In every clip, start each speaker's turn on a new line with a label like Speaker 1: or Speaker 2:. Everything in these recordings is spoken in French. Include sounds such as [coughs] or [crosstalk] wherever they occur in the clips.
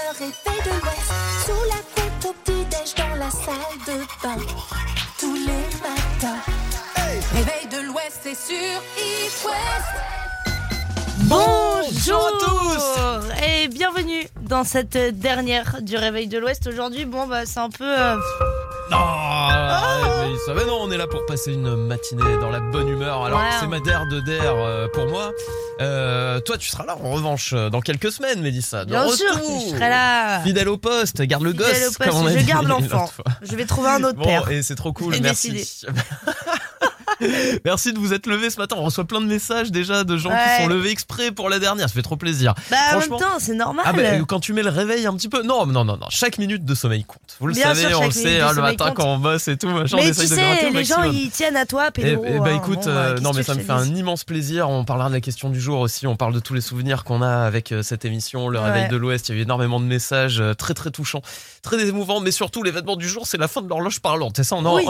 Speaker 1: de l'Ouest, sous la tête au petit-déj dans la salle de bain, tous les matins. Réveil de l'Ouest, c'est sur East West.
Speaker 2: Bonjour
Speaker 3: à tous
Speaker 2: et bienvenue dans cette dernière du réveil de l'Ouest. Aujourd'hui, bon bah c'est un peu euh,
Speaker 3: Non, euh, mais ça va, non, on est là pour passer une matinée dans la bonne humeur. Alors,
Speaker 2: Ouais.
Speaker 3: c'est ma der de der euh, pour moi. Euh, toi, tu seras là en revanche euh, dans quelques semaines, Mélissa. De
Speaker 2: bien
Speaker 3: retour.
Speaker 2: sûr, je serai là.
Speaker 3: Fidèle au poste, garde le
Speaker 2: Fidèle
Speaker 3: gosse.
Speaker 2: au poste,
Speaker 3: comme on a
Speaker 2: je
Speaker 3: dit
Speaker 2: garde l'enfant.
Speaker 3: l'autre fois.
Speaker 2: Je vais trouver un autre
Speaker 3: Bon,
Speaker 2: père.
Speaker 3: et c'est trop cool,
Speaker 2: J'ai
Speaker 3: merci. [laughs] merci de vous être levé ce matin. On reçoit plein de messages déjà de gens
Speaker 2: Ouais.
Speaker 3: qui sont levés exprès pour la dernière. Ça fait trop plaisir.
Speaker 2: Bah en même
Speaker 3: franchement-
Speaker 2: temps, c'est normal.
Speaker 3: Ah ben, quand tu mets le réveil un petit peu. Non, non, non, non. Chaque minute de sommeil compte. Vous le
Speaker 2: Bien
Speaker 3: savez,
Speaker 2: sûr,
Speaker 3: on le
Speaker 2: chaque minute
Speaker 3: sait,
Speaker 2: de
Speaker 3: hein, le
Speaker 2: sommeil
Speaker 3: matin
Speaker 2: compte.
Speaker 3: quand on bosse et tout, machin, on
Speaker 2: mais tu
Speaker 3: essaye de gratter
Speaker 2: sais,
Speaker 3: au
Speaker 2: les gens
Speaker 3: maximum.
Speaker 2: ils tiennent à toi,
Speaker 3: Eh,
Speaker 2: Pedro.
Speaker 3: eh
Speaker 2: hein.
Speaker 3: bah écoute,
Speaker 2: Bon, bah,
Speaker 3: euh,
Speaker 2: qu'est-ce
Speaker 3: non
Speaker 2: que
Speaker 3: mais
Speaker 2: je
Speaker 3: ça
Speaker 2: te
Speaker 3: me fait un
Speaker 2: dise
Speaker 3: immense plaisir. On parlera de la question du jour aussi. On parle de tous les souvenirs qu'on a avec euh, cette émission, le
Speaker 2: Ouais.
Speaker 3: réveil de l'Ouest. Il y a eu énormément de messages euh, très très touchants, très émouvants, mais surtout l'événement du jour, c'est la fin de l'horloge parlante. C'est ça, on en- [laughs]
Speaker 2: Oui,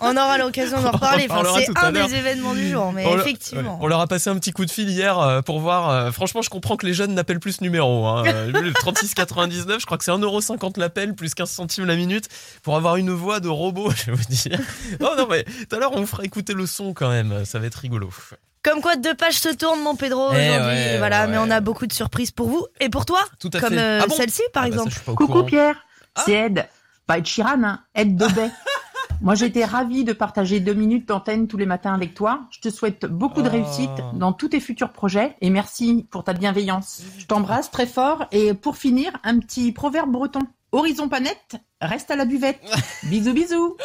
Speaker 2: On aura l'occasion d'en reparler. Enfin,
Speaker 3: parlera
Speaker 2: c'est
Speaker 3: tout à
Speaker 2: un
Speaker 3: l'heure.
Speaker 2: des événements du jour, mais
Speaker 3: On leur- ouais,
Speaker 2: effectivement.
Speaker 3: On leur a passé un petit coup de fil hier euh, pour voir. euh, franchement, je comprends que les jeunes n'appellent plus ce numéro.
Speaker 2: [laughs]
Speaker 3: Hein. Euh, le 36,99, je crois que c'est 1,50€ l'appel, plus 15 centimes la minute, pour avoir une voix de robot, [laughs] je vais vous dire. Oh non, mais tout à l'heure, on vous fera écouter le son quand même. Ça va être rigolo.
Speaker 2: Comme quoi, deux pages se tournent, mon Pedro,
Speaker 3: Eh
Speaker 2: aujourd'hui.
Speaker 3: ouais,
Speaker 2: voilà,
Speaker 3: ouais.
Speaker 2: mais on a beaucoup de surprises pour vous et pour toi,
Speaker 3: Tout à
Speaker 2: comme
Speaker 3: fait.
Speaker 2: euh,
Speaker 3: Ah bon
Speaker 2: celle-ci, par
Speaker 3: Ah bah, ça,
Speaker 2: exemple.
Speaker 3: je suis pas au
Speaker 4: Coucou
Speaker 3: courant.
Speaker 4: Pierre,
Speaker 3: Ah.
Speaker 4: c'est Ed. Pas Ed Sheeran, hein, Ed
Speaker 3: [laughs]
Speaker 4: Dobet. Moi, j'étais ravie de partager deux minutes d'antenne tous les matins avec toi. Je te souhaite beaucoup de
Speaker 3: Ah.
Speaker 4: réussite dans tous tes futurs projets et merci pour ta bienveillance. Je t'embrasse très fort et pour finir, un petit proverbe breton. Horizon pas net, reste à la buvette.
Speaker 3: [laughs]
Speaker 4: bisous, bisous.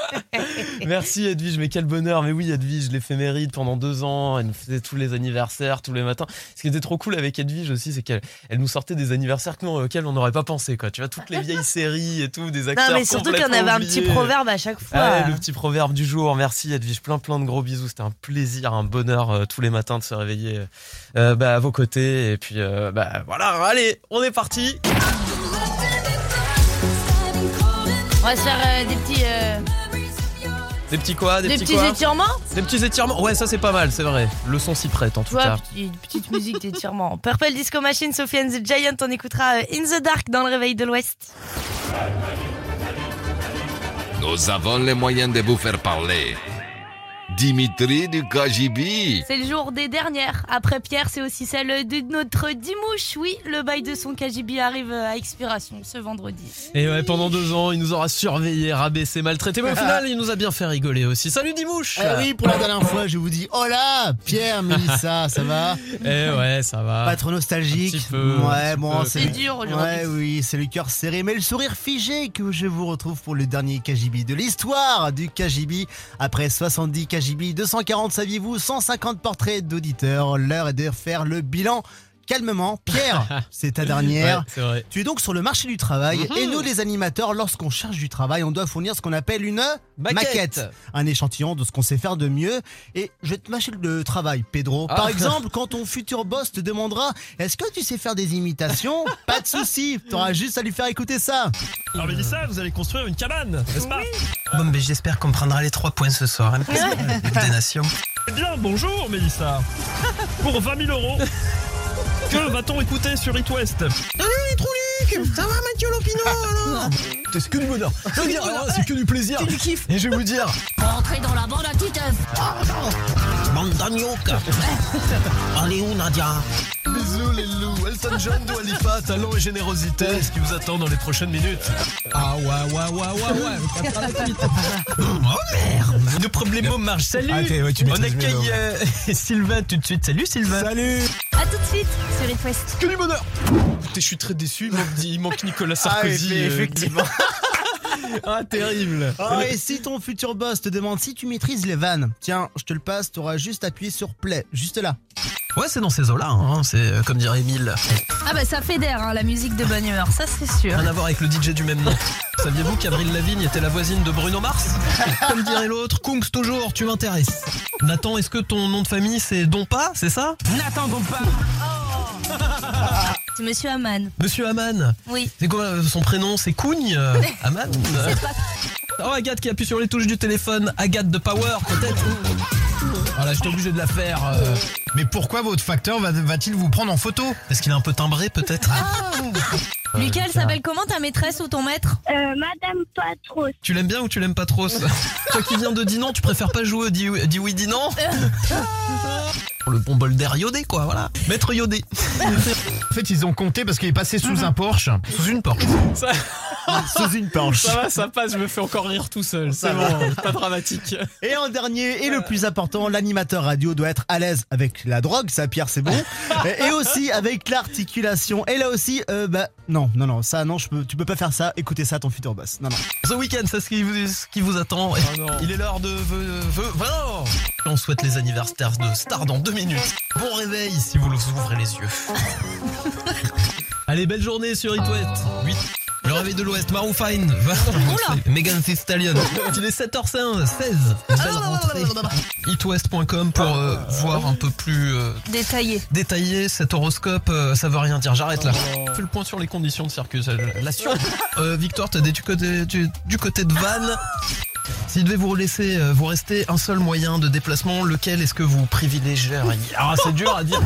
Speaker 3: Merci Edwige, mais quel bonheur. Mais oui, Edwige, l'éphéméride pendant deux ans, elle nous faisait tous les anniversaires, tous les matins. Ce qui était trop cool avec Edwige aussi, c'est qu'elle elle nous sortait des anniversaires que nous, auxquels on n'aurait pas pensé. Quoi. Tu vois, toutes les vieilles séries et tout, des acteurs.
Speaker 2: Non, mais surtout qu'il y en
Speaker 3: complètement
Speaker 2: avait un
Speaker 3: oubliés.
Speaker 2: petit proverbe à chaque fois.
Speaker 3: Ah ouais, le petit proverbe du jour. Merci Edwige, plein plein de gros bisous. C'était un plaisir, un bonheur euh, tous les matins de se réveiller euh, euh, bah, à vos côtés. Et puis euh, bah, voilà, allez, on est parti.
Speaker 2: On va se faire euh, des petits, euh,
Speaker 3: Des petits quoi Des,
Speaker 2: des petits
Speaker 3: quoi
Speaker 2: étirements,
Speaker 3: Des petits étirements. Ouais, ça c'est pas mal, c'est vrai. Le son s'y prête en
Speaker 2: tu
Speaker 3: tout cas.
Speaker 2: vois, une petite musique d'étirement. [laughs] Purple Disco Machine, Sophie and the Giant, on écoutera euh, In the Dark dans le réveil de l'Ouest.
Speaker 5: Nous avons les moyens de vous faire parler. Dimitri du KGB.
Speaker 2: C'est le jour des dernières. Après Pierre, c'est aussi celle de notre Dimouche. Oui, le bail de son KGB arrive euh, à expiration ce vendredi.
Speaker 3: Et ouais, pendant deux ans, il nous aura surveillé, rabaissé, maltraité,
Speaker 2: Ah.
Speaker 3: mais au final, il nous a bien fait rigoler aussi. Salut Dimouche
Speaker 6: Eh oui, pour la dernière fois, je vous dis hola, Pierre, [laughs] Mélissa, ça
Speaker 3: [laughs]
Speaker 6: va
Speaker 3: Eh ouais, ça va.
Speaker 6: Pas trop nostalgique
Speaker 3: Un petit peu, un
Speaker 6: Ouais,
Speaker 3: petit
Speaker 6: bon,
Speaker 3: peu.
Speaker 2: C'est dur aujourd'hui.
Speaker 6: Ouais, oui, c'est le cœur serré, mais le sourire figé que je vous retrouve pour le dernier KGB de l'histoire du KGB. Après 70 KGB, 240, saviez-vous, 150 portraits d'auditeurs, l'heure est de faire le bilan. Calmement,
Speaker 3: [laughs]
Speaker 6: Pierre, c'est ta
Speaker 3: Ouais,
Speaker 6: dernière.
Speaker 3: c'est vrai. Mm-hmm.
Speaker 6: Tu es donc sur le marché du travail et nous les animateurs, lorsqu'on cherche du travail, on doit fournir ce qu'on appelle une
Speaker 3: Maquette.
Speaker 6: un échantillon de ce qu'on sait faire de mieux. Et je vais te mâcher le travail, Pedro.
Speaker 7: [laughs]
Speaker 3: Ah.
Speaker 6: Par exemple, quand ton futur boss te demandera Est-ce que tu sais faire des
Speaker 7: [laughs]
Speaker 6: imitations Pas de souci, t'auras juste à lui faire écouter ça.
Speaker 3: Alors Mélissa, vous allez construire une cabane, n'est-ce pas
Speaker 7: Bon, mais j'espère qu'on prendra les trois points ce soir. hein, parce que, euh, Ligue des Nations.
Speaker 8: Eh bien, bonjour
Speaker 3: [laughs]
Speaker 8: Mélissa Pour 20 000 euros, que va-t-on écouter sur It West
Speaker 3: C'est que du bonheur. C'est que du plaisir. C'est du kiff. Et je vais vous dire.
Speaker 9: Entrez dans la bande à toute œuvre.
Speaker 6: Ah,
Speaker 7: Bande d'agnocs. [laughs] Allez où, Nadia
Speaker 3: Bisous les loups. Elton John, Dua Lipa, talent et générosité. Ce qui vous attend dans les prochaines minutes.
Speaker 7: Ah, ouais, ouais, ouais, ouais,
Speaker 10: [laughs]
Speaker 7: ouais. oh, merde De problème au marge, salut On accueille euh,
Speaker 3: [laughs]
Speaker 7: Sylvain tout de suite. Salut, Sylvain Salut
Speaker 2: À tout de suite sur It West.
Speaker 3: Que du bonheur. Écoutez, je suis très déçu. Il manque, il manque Nicolas Sarkozy. euh,
Speaker 7: [laughs]
Speaker 3: Ah, terrible.
Speaker 6: Oh, et
Speaker 7: Euh,
Speaker 6: si ton futur boss te demande si tu maîtrises les vannes, tiens, je te le passe, t'auras juste appuyé sur play, juste là.
Speaker 7: Ouais, c'est dans ces eaux-là, hein, c'est euh, comme dirait Emile.
Speaker 9: Ah bah ça fédère hein, la musique de bonne humeur, ça c'est sûr.
Speaker 7: Rien à voir avec le DJ du même nom. Saviez-vous qu'Avril Lavigne était la voisine de Bruno Mars Comme dirait l'autre, Kungs toujours, tu m'intéresses. Nathan, est-ce que ton nom de famille c'est Dompa, c'est ça
Speaker 9: C'est Monsieur Aman.
Speaker 7: Monsieur Aman
Speaker 9: Oui.
Speaker 7: C'est quoi euh, son prénom C'est Cougne euh, Aman euh. Oh, Agathe qui appuie sur les touches du téléphone. Agathe de Power, peut-être Voilà, j'étais obligé de la faire. euh.
Speaker 6: Mais pourquoi votre facteur va- va-t-il vous prendre en photo
Speaker 7: Est-ce qu'il est un peu timbré peut-être
Speaker 2: Lucas, elle s'appelle comment ta maîtresse ou ton maître
Speaker 1: Madame Patros.
Speaker 7: Tu l'aimes bien ou tu l'aimes pas trop ça Toi qui viens de dis non, tu préfères pas jouer au dis, dis oui, dis non Le bon bol d'air iodé quoi, voilà. Maître iodé.
Speaker 6: En fait, ils ont compté parce qu'il est passé sous
Speaker 2: Mhm.
Speaker 6: un Porsche.
Speaker 7: Sous une Porsche. [laughs]
Speaker 3: Ça,
Speaker 6: sous une Porsche.
Speaker 3: ça va, ça passe, je me fais encore rire tout seul. C'est
Speaker 6: Ça va.
Speaker 3: bon, pas dramatique.
Speaker 6: Et en dernier, et le plus important, l'animateur radio doit être à l'aise avec la drogue, ça Pierre c'est bon, et et aussi avec l'articulation. Et là aussi, euh, bah non, non, non, ça non, je peux, tu peux pas faire ça, écoutez ça à ton futur boss. Non,
Speaker 7: The
Speaker 6: non.
Speaker 7: Weeknd, c'est ce qui vous, ce qui vous attend.
Speaker 3: Ah non.
Speaker 7: Il est l'heure de... vœux- vœux- vingt ans. On souhaite les anniversaires de Star dans deux minutes. Bon réveil si vous ouvrez les
Speaker 3: [laughs]
Speaker 7: yeux. Allez, belle journée sur It West. 8. Le réveil de l'Ouest, Maroon Fine, va. Megan Thee Stallion. Il est 7h16. 16. Belle rentrée. Itwest.com pour euh, voir un peu plus euh,
Speaker 9: Détaillé.
Speaker 7: détaillé cet horoscope. euh, ça veut rien dire, j'arrête là.
Speaker 3: Oh.
Speaker 7: Fais le point sur les conditions de circulation. La sur- [laughs] Euh, Victoire, t'as des du côté, du, du côté de Vannes. S'il devait vous laisser, euh, vous rester un seul moyen de déplacement, lequel est-ce que vous privilégieriez Ah, c'est dur à
Speaker 3: [laughs]
Speaker 7: dire.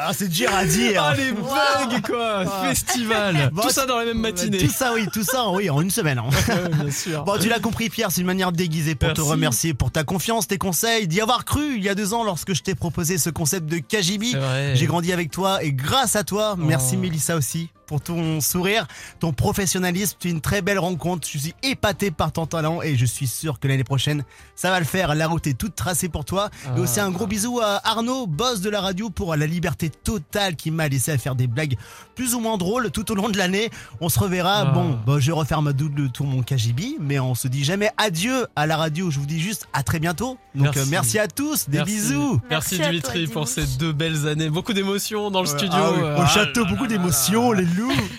Speaker 6: Ah, c'est dur à dire. Ah.
Speaker 3: Ah, les vagues, quoi Festival
Speaker 6: Bon,
Speaker 3: Tout ça dans la même matinée.
Speaker 6: Tout ça, oui, tout ça, oui, en une semaine. hein.
Speaker 3: Ouais, bien sûr.
Speaker 6: Bon, tu l'as compris, Pierre, c'est une manière déguisée pour te
Speaker 3: Merci.
Speaker 6: remercier pour ta confiance, tes conseils, d'y avoir cru il y a deux ans lorsque je t'ai proposé ce concept de Kajibi.
Speaker 3: C'est vrai.
Speaker 6: J'ai grandi avec toi et grâce à toi, merci
Speaker 3: Oh.
Speaker 6: Mélissa aussi pour ton sourire, ton professionnalisme. Tu es une très belle rencontre. Je suis épaté par ton talent et je suis sûr que l'année prochaine, ça va le faire. La route est toute tracée pour toi. Et aussi
Speaker 3: Ah.
Speaker 6: un gros bisou à Arnaud, boss de la radio, pour la liberté totale qui m'a laissé à faire des blagues plus ou moins drôles tout au long de l'année. On se reverra.
Speaker 3: Ah.
Speaker 6: Bon, bah, je referme à double tour mon KGB, mais on se dit jamais adieu à la radio. Je vous dis juste à très bientôt. Donc euh, merci,
Speaker 3: Merci.
Speaker 6: à tous. Des
Speaker 3: Merci.
Speaker 6: bisous.
Speaker 3: Merci,
Speaker 2: Merci à toi,
Speaker 3: Dimitri
Speaker 2: Dimitri.
Speaker 3: pour ces deux belles années. Beaucoup d'émotions dans le studio.
Speaker 6: Ah oui,
Speaker 3: Ah,
Speaker 6: au château,
Speaker 3: là,
Speaker 6: beaucoup
Speaker 3: là, là,
Speaker 6: d'émotions,
Speaker 3: là.
Speaker 6: les loups.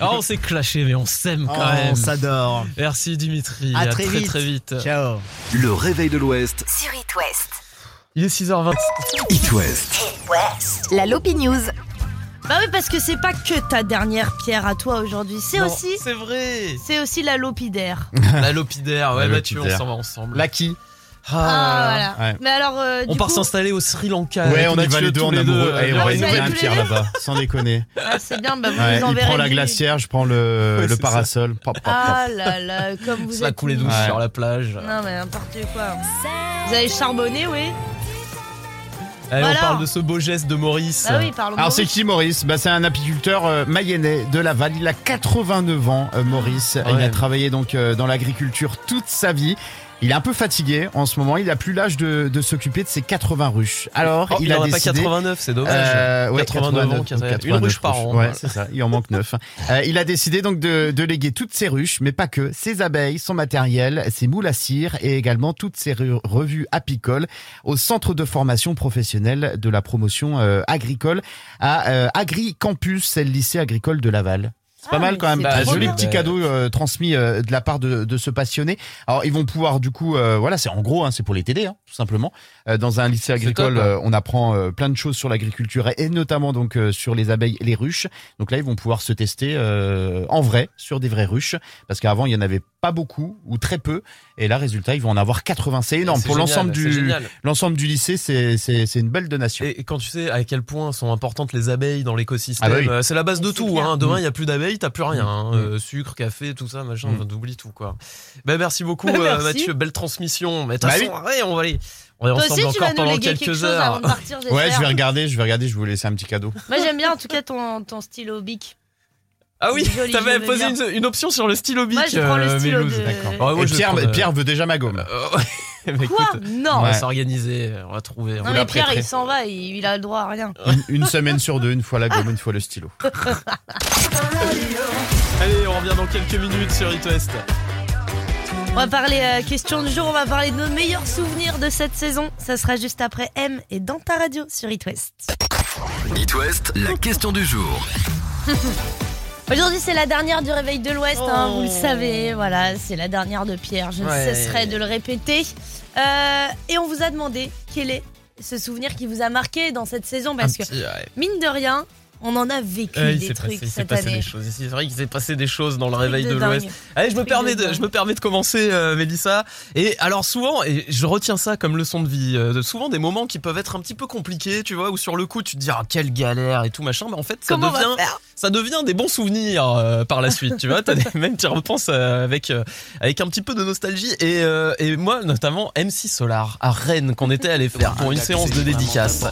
Speaker 3: Ah, on s'est clashé, mais on s'aime quand
Speaker 6: Oh,
Speaker 3: même.
Speaker 6: on s'adore.
Speaker 3: Merci Dimitri.
Speaker 6: À
Speaker 3: À,
Speaker 6: très
Speaker 3: très
Speaker 6: vite.
Speaker 3: très vite.
Speaker 6: Ciao.
Speaker 5: Le réveil de l'Ouest.
Speaker 1: Sur It West.
Speaker 3: Il est 6h20.
Speaker 5: It West.
Speaker 9: La Lopi News.
Speaker 2: Bah oui, parce que c'est pas que ta dernière pierre à toi aujourd'hui, c'est
Speaker 3: Non,
Speaker 2: aussi,
Speaker 3: C'est vrai.
Speaker 2: c'est aussi la lopidaire.
Speaker 3: [laughs] La Lopidaire. Ouais,
Speaker 5: La
Speaker 3: Mathieu, on
Speaker 5: Lapidaire.
Speaker 3: s'en va ensemble.
Speaker 6: qui
Speaker 2: Ah, voilà.
Speaker 11: ouais.
Speaker 2: Mais alors, euh,
Speaker 3: On
Speaker 2: du
Speaker 3: part
Speaker 2: coup, Ah,
Speaker 3: s'installer au Sri Lanka.
Speaker 11: Ouais,
Speaker 3: avec
Speaker 11: on y va
Speaker 3: Mathieu,
Speaker 11: les deux
Speaker 3: tous
Speaker 11: en amoureux.
Speaker 3: euh,
Speaker 11: Allez, on
Speaker 3: vers
Speaker 11: va
Speaker 2: vous
Speaker 3: une
Speaker 11: élever
Speaker 2: allez
Speaker 11: un
Speaker 2: tous
Speaker 11: pierre
Speaker 2: les deux
Speaker 11: là-bas, sans déconner.
Speaker 2: ah, c'est bien, bah, vous
Speaker 11: Ouais,
Speaker 2: nous
Speaker 11: il
Speaker 2: enverrez
Speaker 11: prend la
Speaker 2: le-
Speaker 11: glacière, je prends le,
Speaker 3: Ouais,
Speaker 11: le
Speaker 3: c'est
Speaker 11: parasol. Pop, pop, pop.
Speaker 2: Ah là là, comme vous
Speaker 3: La
Speaker 2: êtes
Speaker 3: coulée
Speaker 2: mignon.
Speaker 3: douce
Speaker 11: Ouais.
Speaker 3: sur la plage.
Speaker 2: Non mais n'importe quoi. Vous avez charbonné, oui.
Speaker 3: Allez,
Speaker 2: Voilà.
Speaker 3: on parle de ce beau geste de Maurice.
Speaker 2: Bah oui, parlons.
Speaker 11: Alors c'est qui Maurice bah, C'est un apiculteur euh, mayennais de Laval. Il a 89 ans, euh, Maurice.
Speaker 3: Ah
Speaker 11: Il a travaillé donc euh, dans l'agriculture toute sa vie. Il est un peu fatigué en ce moment. Il n'a plus l'âge de, de s'occuper de ses 80 ruches. Alors
Speaker 3: Oh, il,
Speaker 11: il, a
Speaker 3: en a pas
Speaker 11: décidé.
Speaker 3: 89, c'est dommage.
Speaker 11: Euh, ouais,
Speaker 3: 89, donc
Speaker 11: 89,
Speaker 3: une ruche par an.
Speaker 11: Ouais, c'est ça, il en manque 9. il a décidé donc de, de léguer toutes ses ruches, mais pas que, ses abeilles, son matériel, ses moules à cire et également toutes ses re- revues apicoles au centre de formation professionnelle de la promotion euh, agricole à euh, Agri Campus, c'est le lycée agricole de Laval. C'est pas
Speaker 2: Ah,
Speaker 11: mal
Speaker 2: mais
Speaker 11: quand même.
Speaker 2: c'est
Speaker 11: Un
Speaker 3: trop
Speaker 11: joli
Speaker 3: bien.
Speaker 11: petit
Speaker 3: Ouais.
Speaker 11: cadeau euh, transmis euh, de la part de, de ce passionné. Alors ils vont pouvoir du coup, euh, voilà, c'est en gros, hein, c'est pour les TD, hein, tout simplement. Euh, dans un lycée agricole,
Speaker 3: top, hein.
Speaker 11: euh, on apprend euh, plein de choses sur l'agriculture et, et notamment donc euh, sur les abeilles, et les ruches. Donc là, ils vont pouvoir se tester euh, en vrai sur des vraies ruches, parce qu'avant il y en avait pas beaucoup ou très peu. Et là, résultat, ils vont en avoir 80. C'est énorme
Speaker 3: C'est
Speaker 11: pour
Speaker 3: génial,
Speaker 11: l'ensemble
Speaker 3: c'est
Speaker 11: du
Speaker 3: génial.
Speaker 11: l'ensemble du lycée. C'est c'est c'est une belle donation.
Speaker 3: Et et quand tu sais à quel point sont importantes les abeilles dans l'écosystème,
Speaker 11: Ah bah oui.
Speaker 3: euh, c'est la base de
Speaker 2: C'est
Speaker 3: tout.
Speaker 2: clair.
Speaker 3: Hein. Demain, il n'y a plus d'abeilles, t'as plus rien. hein.
Speaker 11: Mm.
Speaker 3: Euh, sucre, café, tout ça, machin,
Speaker 11: Mm.
Speaker 3: enfin, t'oublies tout. quoi. Bah, merci beaucoup,
Speaker 2: [laughs] Merci.
Speaker 3: euh, Mathieu. Belle transmission. Mais de toute
Speaker 11: Bah
Speaker 3: façon, ouais, on va aller. On est
Speaker 2: Toi
Speaker 3: ensemble
Speaker 2: aussi, tu vas
Speaker 3: encore
Speaker 2: nous
Speaker 3: pendant
Speaker 2: léguer
Speaker 3: quelques
Speaker 2: quelque chose avant
Speaker 3: heures.
Speaker 2: de partir,
Speaker 11: [laughs]
Speaker 2: j'espère.
Speaker 11: Ouais, je vais regarder, je vais regarder, je vais vous laisser un petit cadeau.
Speaker 2: Moi, j'aime bien en tout cas ton, ton stylo bic.
Speaker 3: Ah oui,
Speaker 2: Joli,
Speaker 3: t'avais
Speaker 2: j'aime
Speaker 3: posé
Speaker 2: bien.
Speaker 3: une, une option sur le stylo bic.
Speaker 2: Moi, je prends le
Speaker 3: euh,
Speaker 2: stylo
Speaker 3: Mélouse.
Speaker 2: de.
Speaker 3: Ah ouais,
Speaker 11: et
Speaker 3: je vais
Speaker 11: Pierre,
Speaker 3: prendre, euh, [laughs]
Speaker 11: Pierre veut déjà ma gomme.
Speaker 3: euh, ouais, [laughs] mais
Speaker 2: Quoi
Speaker 3: écoute,
Speaker 2: Non.
Speaker 3: On va
Speaker 11: Ouais.
Speaker 3: s'organiser, on va trouver.
Speaker 2: Non
Speaker 11: la
Speaker 2: mais Pierre,
Speaker 11: prêterez.
Speaker 2: il s'en va, il, il a le droit à rien.
Speaker 11: Une, une semaine sur deux, une fois la gomme, une fois le stylo.
Speaker 2: [laughs]
Speaker 3: Allez, on revient dans quelques minutes sur It West.
Speaker 2: On va parler euh, question du jour, on va parler de nos meilleurs souvenirs de cette saison. Ça sera juste après M et dans ta radio sur
Speaker 3: [laughs]
Speaker 2: It West.
Speaker 5: It West, la question du jour.
Speaker 2: Aujourd'hui, c'est la dernière du réveil de l'Ouest, hein, vous le savez. Voilà, c'est la dernière de Pierre. Je
Speaker 3: Oh. Ouais.
Speaker 2: ne cesserai de le répéter. Euh, et on vous a demandé quel est ce souvenir qui vous a marqué dans cette saison, parce que
Speaker 3: Un petit, ouais.
Speaker 2: mine de rien, on On en a vécu
Speaker 3: Eh, il
Speaker 2: des
Speaker 3: s'est passé,
Speaker 2: trucs
Speaker 3: il s'est
Speaker 2: cette
Speaker 3: passé
Speaker 2: année.
Speaker 3: des choses ici. C'est vrai qu'il s'est passé des choses dans le réveil
Speaker 2: de
Speaker 3: de, l'Ouest.
Speaker 2: dingue.
Speaker 3: Allez, je me
Speaker 2: Truc
Speaker 3: permets
Speaker 2: de
Speaker 3: de,
Speaker 2: dingue.
Speaker 3: je me permets de commencer, euh, Mélissa. Et alors souvent, et je retiens ça comme leçon de vie, euh, de souvent des moments qui peuvent être un petit peu compliqués, tu vois, où sur le coup tu te dis ah quelle galère et tout machin, mais en fait ça
Speaker 2: Comment on va
Speaker 3: devient,
Speaker 2: faire
Speaker 3: ça devient des bons souvenirs euh, par la suite, tu vois. T'as des, [laughs] même tu y repenses euh, avec euh, avec un petit peu de nostalgie. Et, euh, et moi notamment MC Solar à Rennes qu'on était allé faire pour une séance de dédicace.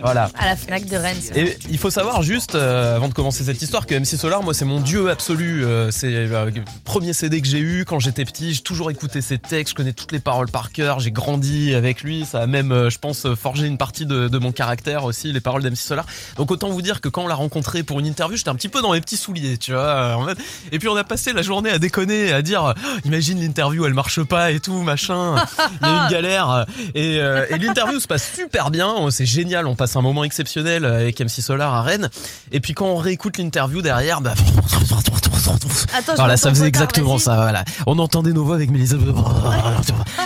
Speaker 3: Voilà.
Speaker 2: À la Fnac de Rennes. c'est
Speaker 3: Et il faut savoir juste, euh, avant de commencer cette histoire, que MC Solar, moi, c'est mon dieu absolu. Euh, c'est euh, le premier CD que j'ai eu quand j'étais petit. J'ai toujours écouté ses textes, je connais toutes les paroles par cœur. J'ai grandi avec lui. Ça a même, euh, je pense, euh, forgé une partie de, de mon caractère aussi, les paroles d'MC Solar. Donc autant vous dire que quand on l'a rencontré pour une interview, j'étais un petit peu dans mes petits souliers, tu vois. euh, en mode- Et puis on a passé la journée à déconner, à dire, Oh, imagine l'interview, elle marche pas et tout, machin. Il y a eu une galère. Et, euh, et l'interview se passe super bien. Oh, C'est génial. On passe un moment exceptionnel euh, avec MC Solar à Rennes. Et puis quand on réécoute l'interview derrière, bah,
Speaker 2: Attends, je
Speaker 3: voilà, ça faisait
Speaker 2: m'entends trop tard,
Speaker 3: exactement
Speaker 2: vas-y.
Speaker 3: ça. Voilà, on entendait nos voix avec Mélissa.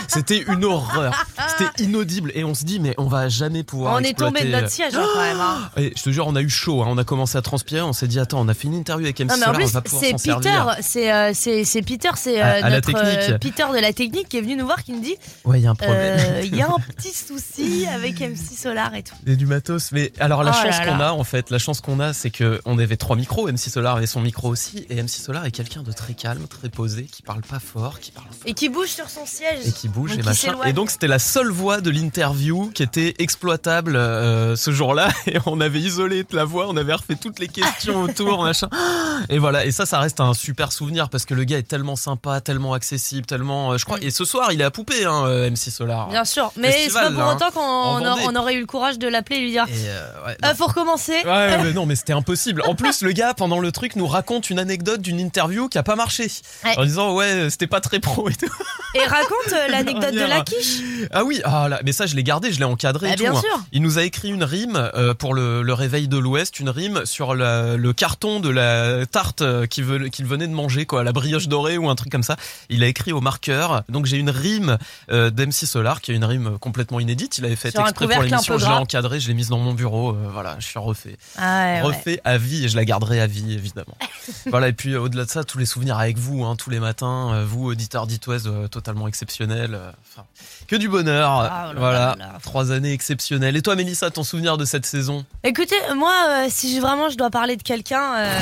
Speaker 3: C'était une horreur. C'était inaudible. Et on se dit, mais on va jamais pouvoir.
Speaker 2: On est tombé de
Speaker 3: exploiter- euh,
Speaker 2: notre siège hein, quand même. hein.
Speaker 3: Et je te jure, on a eu chaud. hein. On a commencé à transpirer. On s'est dit, attends, on a fini l'interview avec MC
Speaker 2: Non mais en
Speaker 3: Solar. On
Speaker 2: plus
Speaker 3: va pouvoir
Speaker 2: c'est
Speaker 3: s'en
Speaker 2: Peter,
Speaker 3: servir.
Speaker 2: c'est euh, c'est c'est Peter, c'est euh,
Speaker 3: À- à la
Speaker 2: notre euh,
Speaker 3: technique.
Speaker 2: Peter de la technique qui est venu nous voir qui nous dit
Speaker 3: Ouais, il y a un problème.
Speaker 2: euh, il y a un petit souci avec MC Solar et tout.
Speaker 3: Et du matos. Mais alors, la
Speaker 2: Oh là
Speaker 3: chance qu'on
Speaker 2: là.
Speaker 3: a, en fait, la chance qu'on a, c'est que on avait trois micros. MC Solar avait son micro aussi. Et MC Solar est quelqu'un de très calme, très posé, qui parle pas fort, qui parle
Speaker 2: Et qui bouge sur son siège.
Speaker 3: et qui bouge
Speaker 2: Donc,
Speaker 3: et
Speaker 2: il
Speaker 3: machin.
Speaker 2: s'éloigne.
Speaker 3: Et donc, c'était la seule voix de l'interview qui était exploitable euh, ce jour-là. [laughs] Et on avait isolé la voix, on avait refait toutes les
Speaker 2: [laughs]
Speaker 3: questions autour, machin. Et voilà. Et ça, ça reste un super souvenir parce que le gars est tellement sympa, tellement accessible, tellement. euh, je crois.
Speaker 2: Mm.
Speaker 3: Et ce soir, il est à poupée, hein, euh, MC Solar.
Speaker 2: Bien sûr, mais c'est
Speaker 3: Festival,
Speaker 2: pas pour
Speaker 3: là, hein.
Speaker 2: autant qu'on
Speaker 3: En
Speaker 2: on a-
Speaker 3: Vendée.
Speaker 2: on aurait eu le courage de l'appeler et lui dire
Speaker 3: Et euh, ouais, non.
Speaker 2: Ah, faut recommencer.
Speaker 3: Ouais, ouais, mais non, mais c'était impossible. En plus, le gars, pendant le truc, nous raconte une anecdote d'une interview qui a pas marché.
Speaker 2: Ouais.
Speaker 3: En disant, ouais, c'était pas très pro et tout.
Speaker 2: [laughs] Et raconte
Speaker 3: [laughs]
Speaker 2: euh, l'anecdote de
Speaker 3: Dernière.
Speaker 2: la quiche.
Speaker 3: Ah oui, ah là, mais ça, je l'ai gardé, je l'ai encadré et
Speaker 2: Bah,
Speaker 3: tout.
Speaker 2: bien
Speaker 3: hein.
Speaker 2: sûr.
Speaker 3: Il nous a écrit une rime euh, pour le, le réveil de l'Ouest, une rime sur la- le carton de la tarte euh, qu'il ve- qu'il venait de manger, quoi, la brioche dorée ou un truc comme ça. Il a écrit au marqueur. Donc j'ai une rime euh, d'MC Solar, qui est une rime complètement inédite. Il avait fait
Speaker 2: Sur un
Speaker 3: exprès pour
Speaker 2: couvercle un
Speaker 3: l'émission,
Speaker 2: peu
Speaker 3: je l'ai
Speaker 2: gras.
Speaker 3: encadrée, je l'ai mise dans mon bureau. euh, voilà, je suis refait.
Speaker 2: Ah, ouais, ouais.
Speaker 3: refait à vie et je la garderai à vie
Speaker 2: [laughs]
Speaker 3: évidemment. voilà et puis euh, au-delà de ça tous les souvenirs avec vous hein, tous les matins euh, vous auditeurs d'Itoise totalement exceptionnels euh, enfin, que du bonheur
Speaker 2: Ah, oh là
Speaker 3: voilà
Speaker 2: là là.
Speaker 3: trois années exceptionnelles et toi Mélissa ton souvenir de cette saison
Speaker 2: Écoutez, moi, euh, si je- vraiment je dois parler de quelqu'un, euh,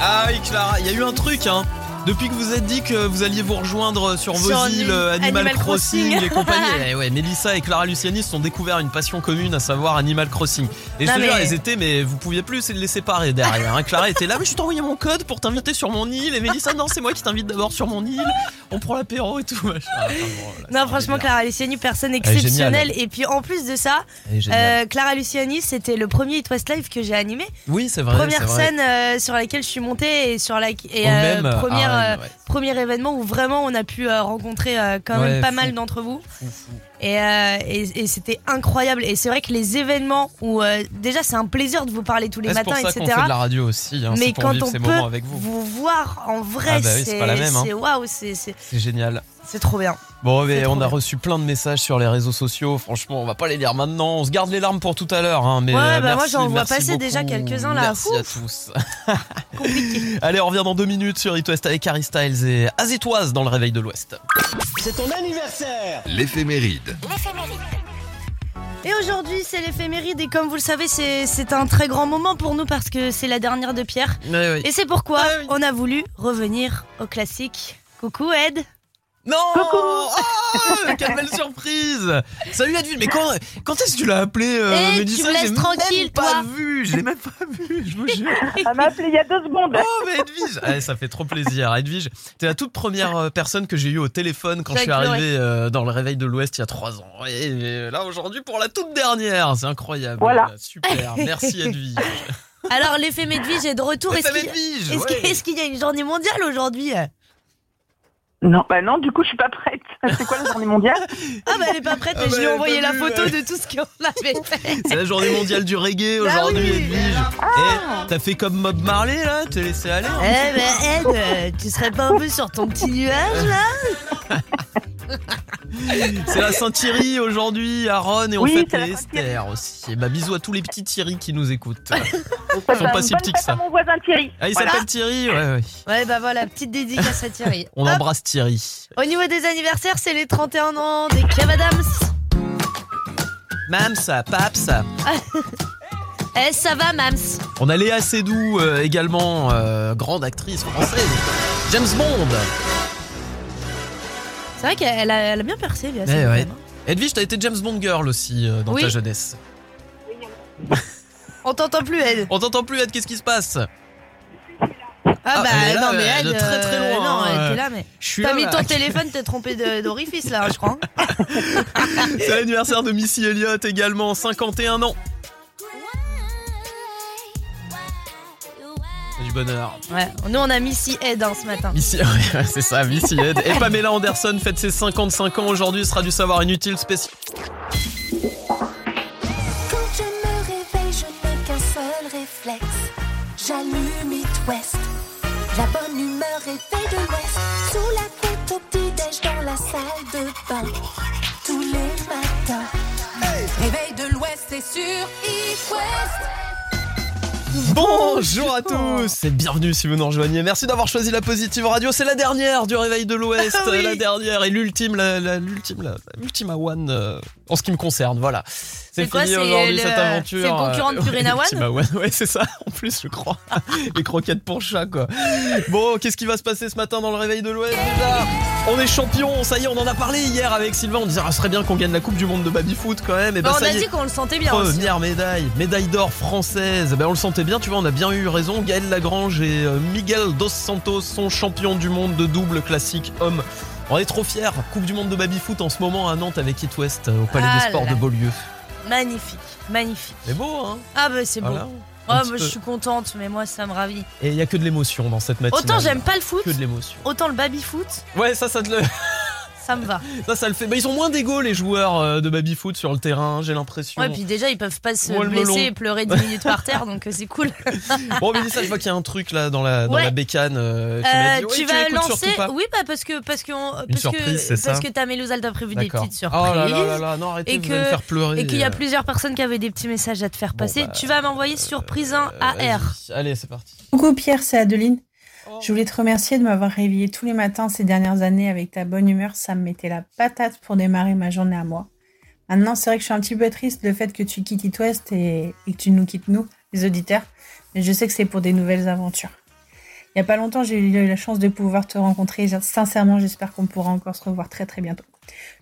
Speaker 3: Ah oui Clara il y a eu un truc hein depuis que vous êtes dit que vous alliez vous rejoindre sur vos
Speaker 2: Sur un
Speaker 3: îles
Speaker 2: île-
Speaker 3: euh, Animal,
Speaker 2: Animal
Speaker 3: Crossing,
Speaker 2: Crossing.
Speaker 3: et
Speaker 2: [laughs]
Speaker 3: compagnie. Eh ouais, Mélissa et Clara Luciani se sont découvert une passion commune, à savoir Animal Crossing. Et je
Speaker 2: Non,
Speaker 3: te
Speaker 2: mais-
Speaker 3: jure, elles étaient, mais vous pouviez plus les séparer derrière. hein. Clara était là, mais je t'ai envoyé mon code pour t'inviter sur mon île. Et Mélissa, non, c'est moi qui t'invite d'abord sur mon île. On prend l'apéro et tout. machin. Ah, Enfin, bon, voilà, c'est
Speaker 2: non
Speaker 3: un
Speaker 2: franchement
Speaker 3: délire.
Speaker 2: Clara Luciani, personne
Speaker 3: est géniale.
Speaker 2: exceptionnelle. Et puis en plus de ça,
Speaker 3: Elle est géniale.
Speaker 2: euh, Clara Luciani, c'était le premier It West Live que j'ai animé.
Speaker 3: oui, c'est vrai. c'est
Speaker 2: première
Speaker 3: vrai.
Speaker 2: scène euh, sur laquelle je suis montée et sur la et
Speaker 3: Au
Speaker 2: euh,
Speaker 3: même, à
Speaker 2: première,
Speaker 3: Rennes,
Speaker 2: euh,
Speaker 3: ouais.
Speaker 2: premier événement où vraiment on a pu euh, rencontrer euh, quand
Speaker 3: Ouais,
Speaker 2: même pas
Speaker 3: fou.
Speaker 2: mal d'entre vous.
Speaker 3: Fou, fou.
Speaker 2: Et, euh, et, et c'était incroyable. Et c'est vrai que les événements où euh, déjà c'est un plaisir de vous parler tous les
Speaker 3: Ah, C'est
Speaker 2: matins,
Speaker 3: pour ça
Speaker 2: etc.
Speaker 3: qu'on fait de la radio aussi. hein.
Speaker 2: mais
Speaker 3: C'est pour
Speaker 2: quand
Speaker 3: vivre
Speaker 2: on
Speaker 3: ces
Speaker 2: peut
Speaker 3: moments avec vous.
Speaker 2: vous. voir en vrai,
Speaker 3: Ah bah oui, c'est
Speaker 2: c'est
Speaker 3: pas la même, hein.
Speaker 2: c'est- waouh, c'est c'est
Speaker 3: C'est génial.
Speaker 2: c'est trop bien.
Speaker 3: Bon, mais
Speaker 2: C'est
Speaker 3: on
Speaker 2: trop
Speaker 3: a
Speaker 2: bien.
Speaker 3: reçu plein de messages sur les réseaux sociaux. Franchement, on va pas les lire maintenant. On se garde les larmes pour tout à l'heure. hein, mais
Speaker 2: Ouais,
Speaker 3: euh,
Speaker 2: bah moi,
Speaker 3: merci,
Speaker 2: j'en vois
Speaker 3: merci
Speaker 2: passer
Speaker 3: beaucoup.
Speaker 2: déjà quelques-uns, là. Eh
Speaker 3: Merci à tous. Allez, on revient dans deux minutes sur It West avec Harry Styles et Azitoise dans le réveil de l'Ouest.
Speaker 5: l'éphéméride.
Speaker 2: Et aujourd'hui, c'est l'éphéméride et comme vous le savez, c'est c'est un très grand moment pour nous parce que c'est la dernière de Pierre. Et c'est pourquoi
Speaker 3: Ah oui.
Speaker 2: on a voulu revenir au classique. Coucou Ed.
Speaker 3: Non Oh, Quelle belle surprise Salut Advil, mais quand, quand est-ce que tu l'as appelé euh,
Speaker 2: Eh, tu
Speaker 3: Mélissa
Speaker 2: me laisses
Speaker 3: J'ai même
Speaker 2: tranquille,
Speaker 3: pas
Speaker 2: toi.
Speaker 3: vu, je l'ai même pas vu, je vous jure.
Speaker 4: [laughs] Elle m'a appelé il y a deux secondes.
Speaker 3: Oh, mais Edwige Eh, Ça fait trop plaisir. [laughs] Edwige, t'es la toute première euh, personne que j'ai eue au téléphone quand je
Speaker 2: Tu
Speaker 3: suis
Speaker 2: as pleuré.
Speaker 3: arrivé euh, dans le réveil de l'Ouest il y a trois ans. Et euh, là, aujourd'hui, pour la toute dernière. C'est incroyable.
Speaker 4: Voilà.
Speaker 3: Super. Merci, Edwige.
Speaker 2: Alors l'effet Medvige est de retour.
Speaker 3: Mais
Speaker 2: Est-ce
Speaker 3: ça
Speaker 2: qu'il
Speaker 3: m'Edwige,
Speaker 2: est-ce
Speaker 3: ouais.
Speaker 2: qu'il- est-ce qu'il y a une journée mondiale aujourd'hui Ah
Speaker 4: Non, bah non, du coup, je suis pas prête. C'est quoi la journée mondiale
Speaker 2: bah elle est pas prête,
Speaker 3: Ah
Speaker 2: mais
Speaker 3: bah,
Speaker 2: je lui
Speaker 3: elle
Speaker 2: ai
Speaker 3: a
Speaker 2: envoyé
Speaker 3: pas
Speaker 2: la
Speaker 3: vu,
Speaker 2: photo de tout ce qu'on avait fait. [laughs]
Speaker 3: C'est la journée mondiale du reggae
Speaker 2: Bah
Speaker 3: aujourd'hui,
Speaker 2: oui. Ah.
Speaker 3: Edwige. Eh, T'as fait comme Mob Marley, là T'es laissé aller hein?
Speaker 2: Eh ben Ed, euh, tu serais pas un peu sur ton petit nuage là
Speaker 3: C'est la Saint-Thierry aujourd'hui à Ronne et on
Speaker 12: Oui,
Speaker 3: fête
Speaker 12: c'est la
Speaker 3: les Esther aussi. Et bah, bisous à tous les petits Thierry qui nous écoutent. Ils
Speaker 2: faites
Speaker 3: sont
Speaker 2: un-
Speaker 3: pas si
Speaker 2: bonne
Speaker 3: petits que
Speaker 2: fête à
Speaker 3: ça.
Speaker 2: mon voisin Thierry.
Speaker 3: Ah, il
Speaker 2: Voilà.
Speaker 3: s'appelle Thierry ouais, ouais.
Speaker 2: Ouais, bah voilà, petite dédicace à Thierry.
Speaker 3: [laughs] On embrasse Thierry.
Speaker 2: Au niveau des anniversaires, c'est les 31 ans des Cavadams.
Speaker 3: Mams, paps.
Speaker 2: [laughs] Eh, ça va, Mams
Speaker 3: On a Léa Seydoux euh, également, euh, grande actrice française. James Bond.
Speaker 2: C'est vrai qu'elle a, elle a bien percé, Léa.
Speaker 3: Eh
Speaker 2: Seydoux,
Speaker 3: ouais.
Speaker 2: quand même.
Speaker 3: Edwige, t'as été James Bond girl aussi euh, dans
Speaker 2: Oui.
Speaker 3: ta jeunesse.
Speaker 2: [laughs] On t'entend plus, Ed.
Speaker 3: On t'entend plus, Ed, qu'est-ce qui se
Speaker 2: [laughs]
Speaker 3: passe
Speaker 2: Ah, bah
Speaker 3: elle est là,
Speaker 2: non, mais
Speaker 3: elle
Speaker 2: Ed.
Speaker 3: est très, très
Speaker 2: euh,
Speaker 3: loin,
Speaker 2: Non,
Speaker 3: hein,
Speaker 2: elle
Speaker 3: euh,
Speaker 2: était là, mais.
Speaker 3: je suis
Speaker 2: T'as
Speaker 3: là,
Speaker 2: mis
Speaker 3: là.
Speaker 2: ton téléphone, t'es trompé de- d'orifice, là,
Speaker 3: [laughs]
Speaker 2: je crois. hein.
Speaker 3: C'est l'anniversaire de Missy Elliott également, 51 ans. C'est Du bonheur.
Speaker 2: Ouais, nous, on a Missy Ed hein, ce matin.
Speaker 3: Missy, [laughs] ouais, c'est ça, Missy Ed. Et Pamela Anderson fête ses 55 ans aujourd'hui, ce sera du savoir inutile spécial.
Speaker 1: Quand je me réveille, je n'ai qu'un seul réflexe. J'allume It West. La bonne humeur est faite de l'Ouest. Sous la couette au petit-déj dans la salle de bain. Tous les matins. Réveil de l'Ouest, c'est sur It West.
Speaker 3: Bonjour à tous et bienvenue si vous nous rejoignez. Merci d'avoir choisi la Positive Radio. C'est la dernière du Réveil de
Speaker 2: [laughs]
Speaker 3: l'Ouest,
Speaker 8: Ah oui.
Speaker 3: la dernière et l'ultime, la, la- l'ultime, la, la ultima one euh, en ce qui me concerne. Voilà. C'est
Speaker 2: C'est quoi,
Speaker 3: fini
Speaker 2: c'est
Speaker 3: aujourd'hui
Speaker 2: le-
Speaker 3: cette aventure.
Speaker 2: c'est le concurrent de
Speaker 3: Euh, ouais,
Speaker 2: Purina One
Speaker 3: l'ultima ouais, c'est ça. En plus, je
Speaker 2: [laughs]
Speaker 3: crois. Les croquettes pour chat, quoi. Bon, qu'est-ce qui va se passer ce matin dans le Réveil de l'Ouest déjà On est champion. Ça y est, on en a parlé hier avec Sylvain. On disait, ah, ce serait bien qu'on gagne la Coupe du Monde de baby foot quand même. Et
Speaker 2: Bah,
Speaker 3: bah,
Speaker 2: on
Speaker 3: ça
Speaker 2: a
Speaker 3: y est.
Speaker 2: dit qu'on le sentait bien. aussi. hein.
Speaker 3: Première médaille, médaille d'or française. Ben, on le sentait bien, tu vois, on a bien eu raison. Gaël Lagrange et euh, Miguel Dos Santos sont champions du monde de double classique homme. On est trop fiers. Coupe du monde de baby-foot en ce moment à Nantes avec It West euh, au Palais
Speaker 2: Ah
Speaker 3: des Sports
Speaker 2: là.
Speaker 3: de Beaulieu.
Speaker 2: Magnifique, magnifique.
Speaker 3: C'est beau, hein
Speaker 2: Ah bah c'est
Speaker 3: Voilà.
Speaker 2: beau. Oh,
Speaker 3: Un
Speaker 2: bah,
Speaker 3: petit
Speaker 2: je
Speaker 3: peu.
Speaker 2: suis contente, mais moi ça me ravit.
Speaker 3: Et il n'y a que de l'émotion dans cette matinée.
Speaker 2: Autant j'aime pas le foot,
Speaker 3: Que de l'émotion.
Speaker 2: autant le baby foot,
Speaker 3: Ouais, ça, ça te le. [laughs]
Speaker 2: ça me va.
Speaker 3: Ça, ça le fait. Ben, ils ont moins d'ego, les joueurs euh, de baby-foot sur le terrain, j'ai l'impression.
Speaker 2: Ouais, puis déjà ils peuvent pas se
Speaker 3: Moi, le melon.
Speaker 2: blesser et pleurer 10 minutes par terre, donc euh,
Speaker 3: [laughs]
Speaker 2: c'est cool.
Speaker 3: Bon, mais dis ça, je vois qu'il y a un truc là dans la, dans
Speaker 2: Ouais.
Speaker 3: la bécane. euh, tu
Speaker 2: Euh,
Speaker 3: m'as dit, ouais,
Speaker 2: tu
Speaker 3: tu
Speaker 2: vas
Speaker 3: l'écoutes surtout
Speaker 2: lancer,
Speaker 3: pas.
Speaker 2: oui, bah parce que parce que on- parce
Speaker 3: surprise,
Speaker 2: que
Speaker 3: c'est ça
Speaker 2: parce que ta Mélouzal t'a prévu des
Speaker 3: D'accord.
Speaker 2: petites
Speaker 3: Oh
Speaker 2: surprises.
Speaker 3: là là là là, non, arrêtez,
Speaker 2: et
Speaker 3: vous
Speaker 2: que-
Speaker 3: allez me faire pleurer. euh. bah,
Speaker 2: Et qu'il y a plusieurs personnes qui avaient des petits messages à te faire passer. tu vas m'envoyer surprise 1
Speaker 3: euh,
Speaker 2: AR.
Speaker 3: Allez, c'est parti.
Speaker 13: Coucou Pierre, c'est Adeline. Je voulais te remercier de m'avoir réveillée tous les matins ces dernières années avec ta bonne humeur. Ça me mettait la patate pour démarrer ma journée à moi. Maintenant, c'est vrai que je suis un petit peu triste le fait que tu quittes It West et, et que tu nous quittes, nous, les auditeurs. Mais je sais que c'est pour des nouvelles aventures. Il n'y a pas longtemps, j'ai eu la chance de pouvoir te rencontrer. J'ai- Sincèrement, j'espère qu'on pourra encore se revoir très très bientôt.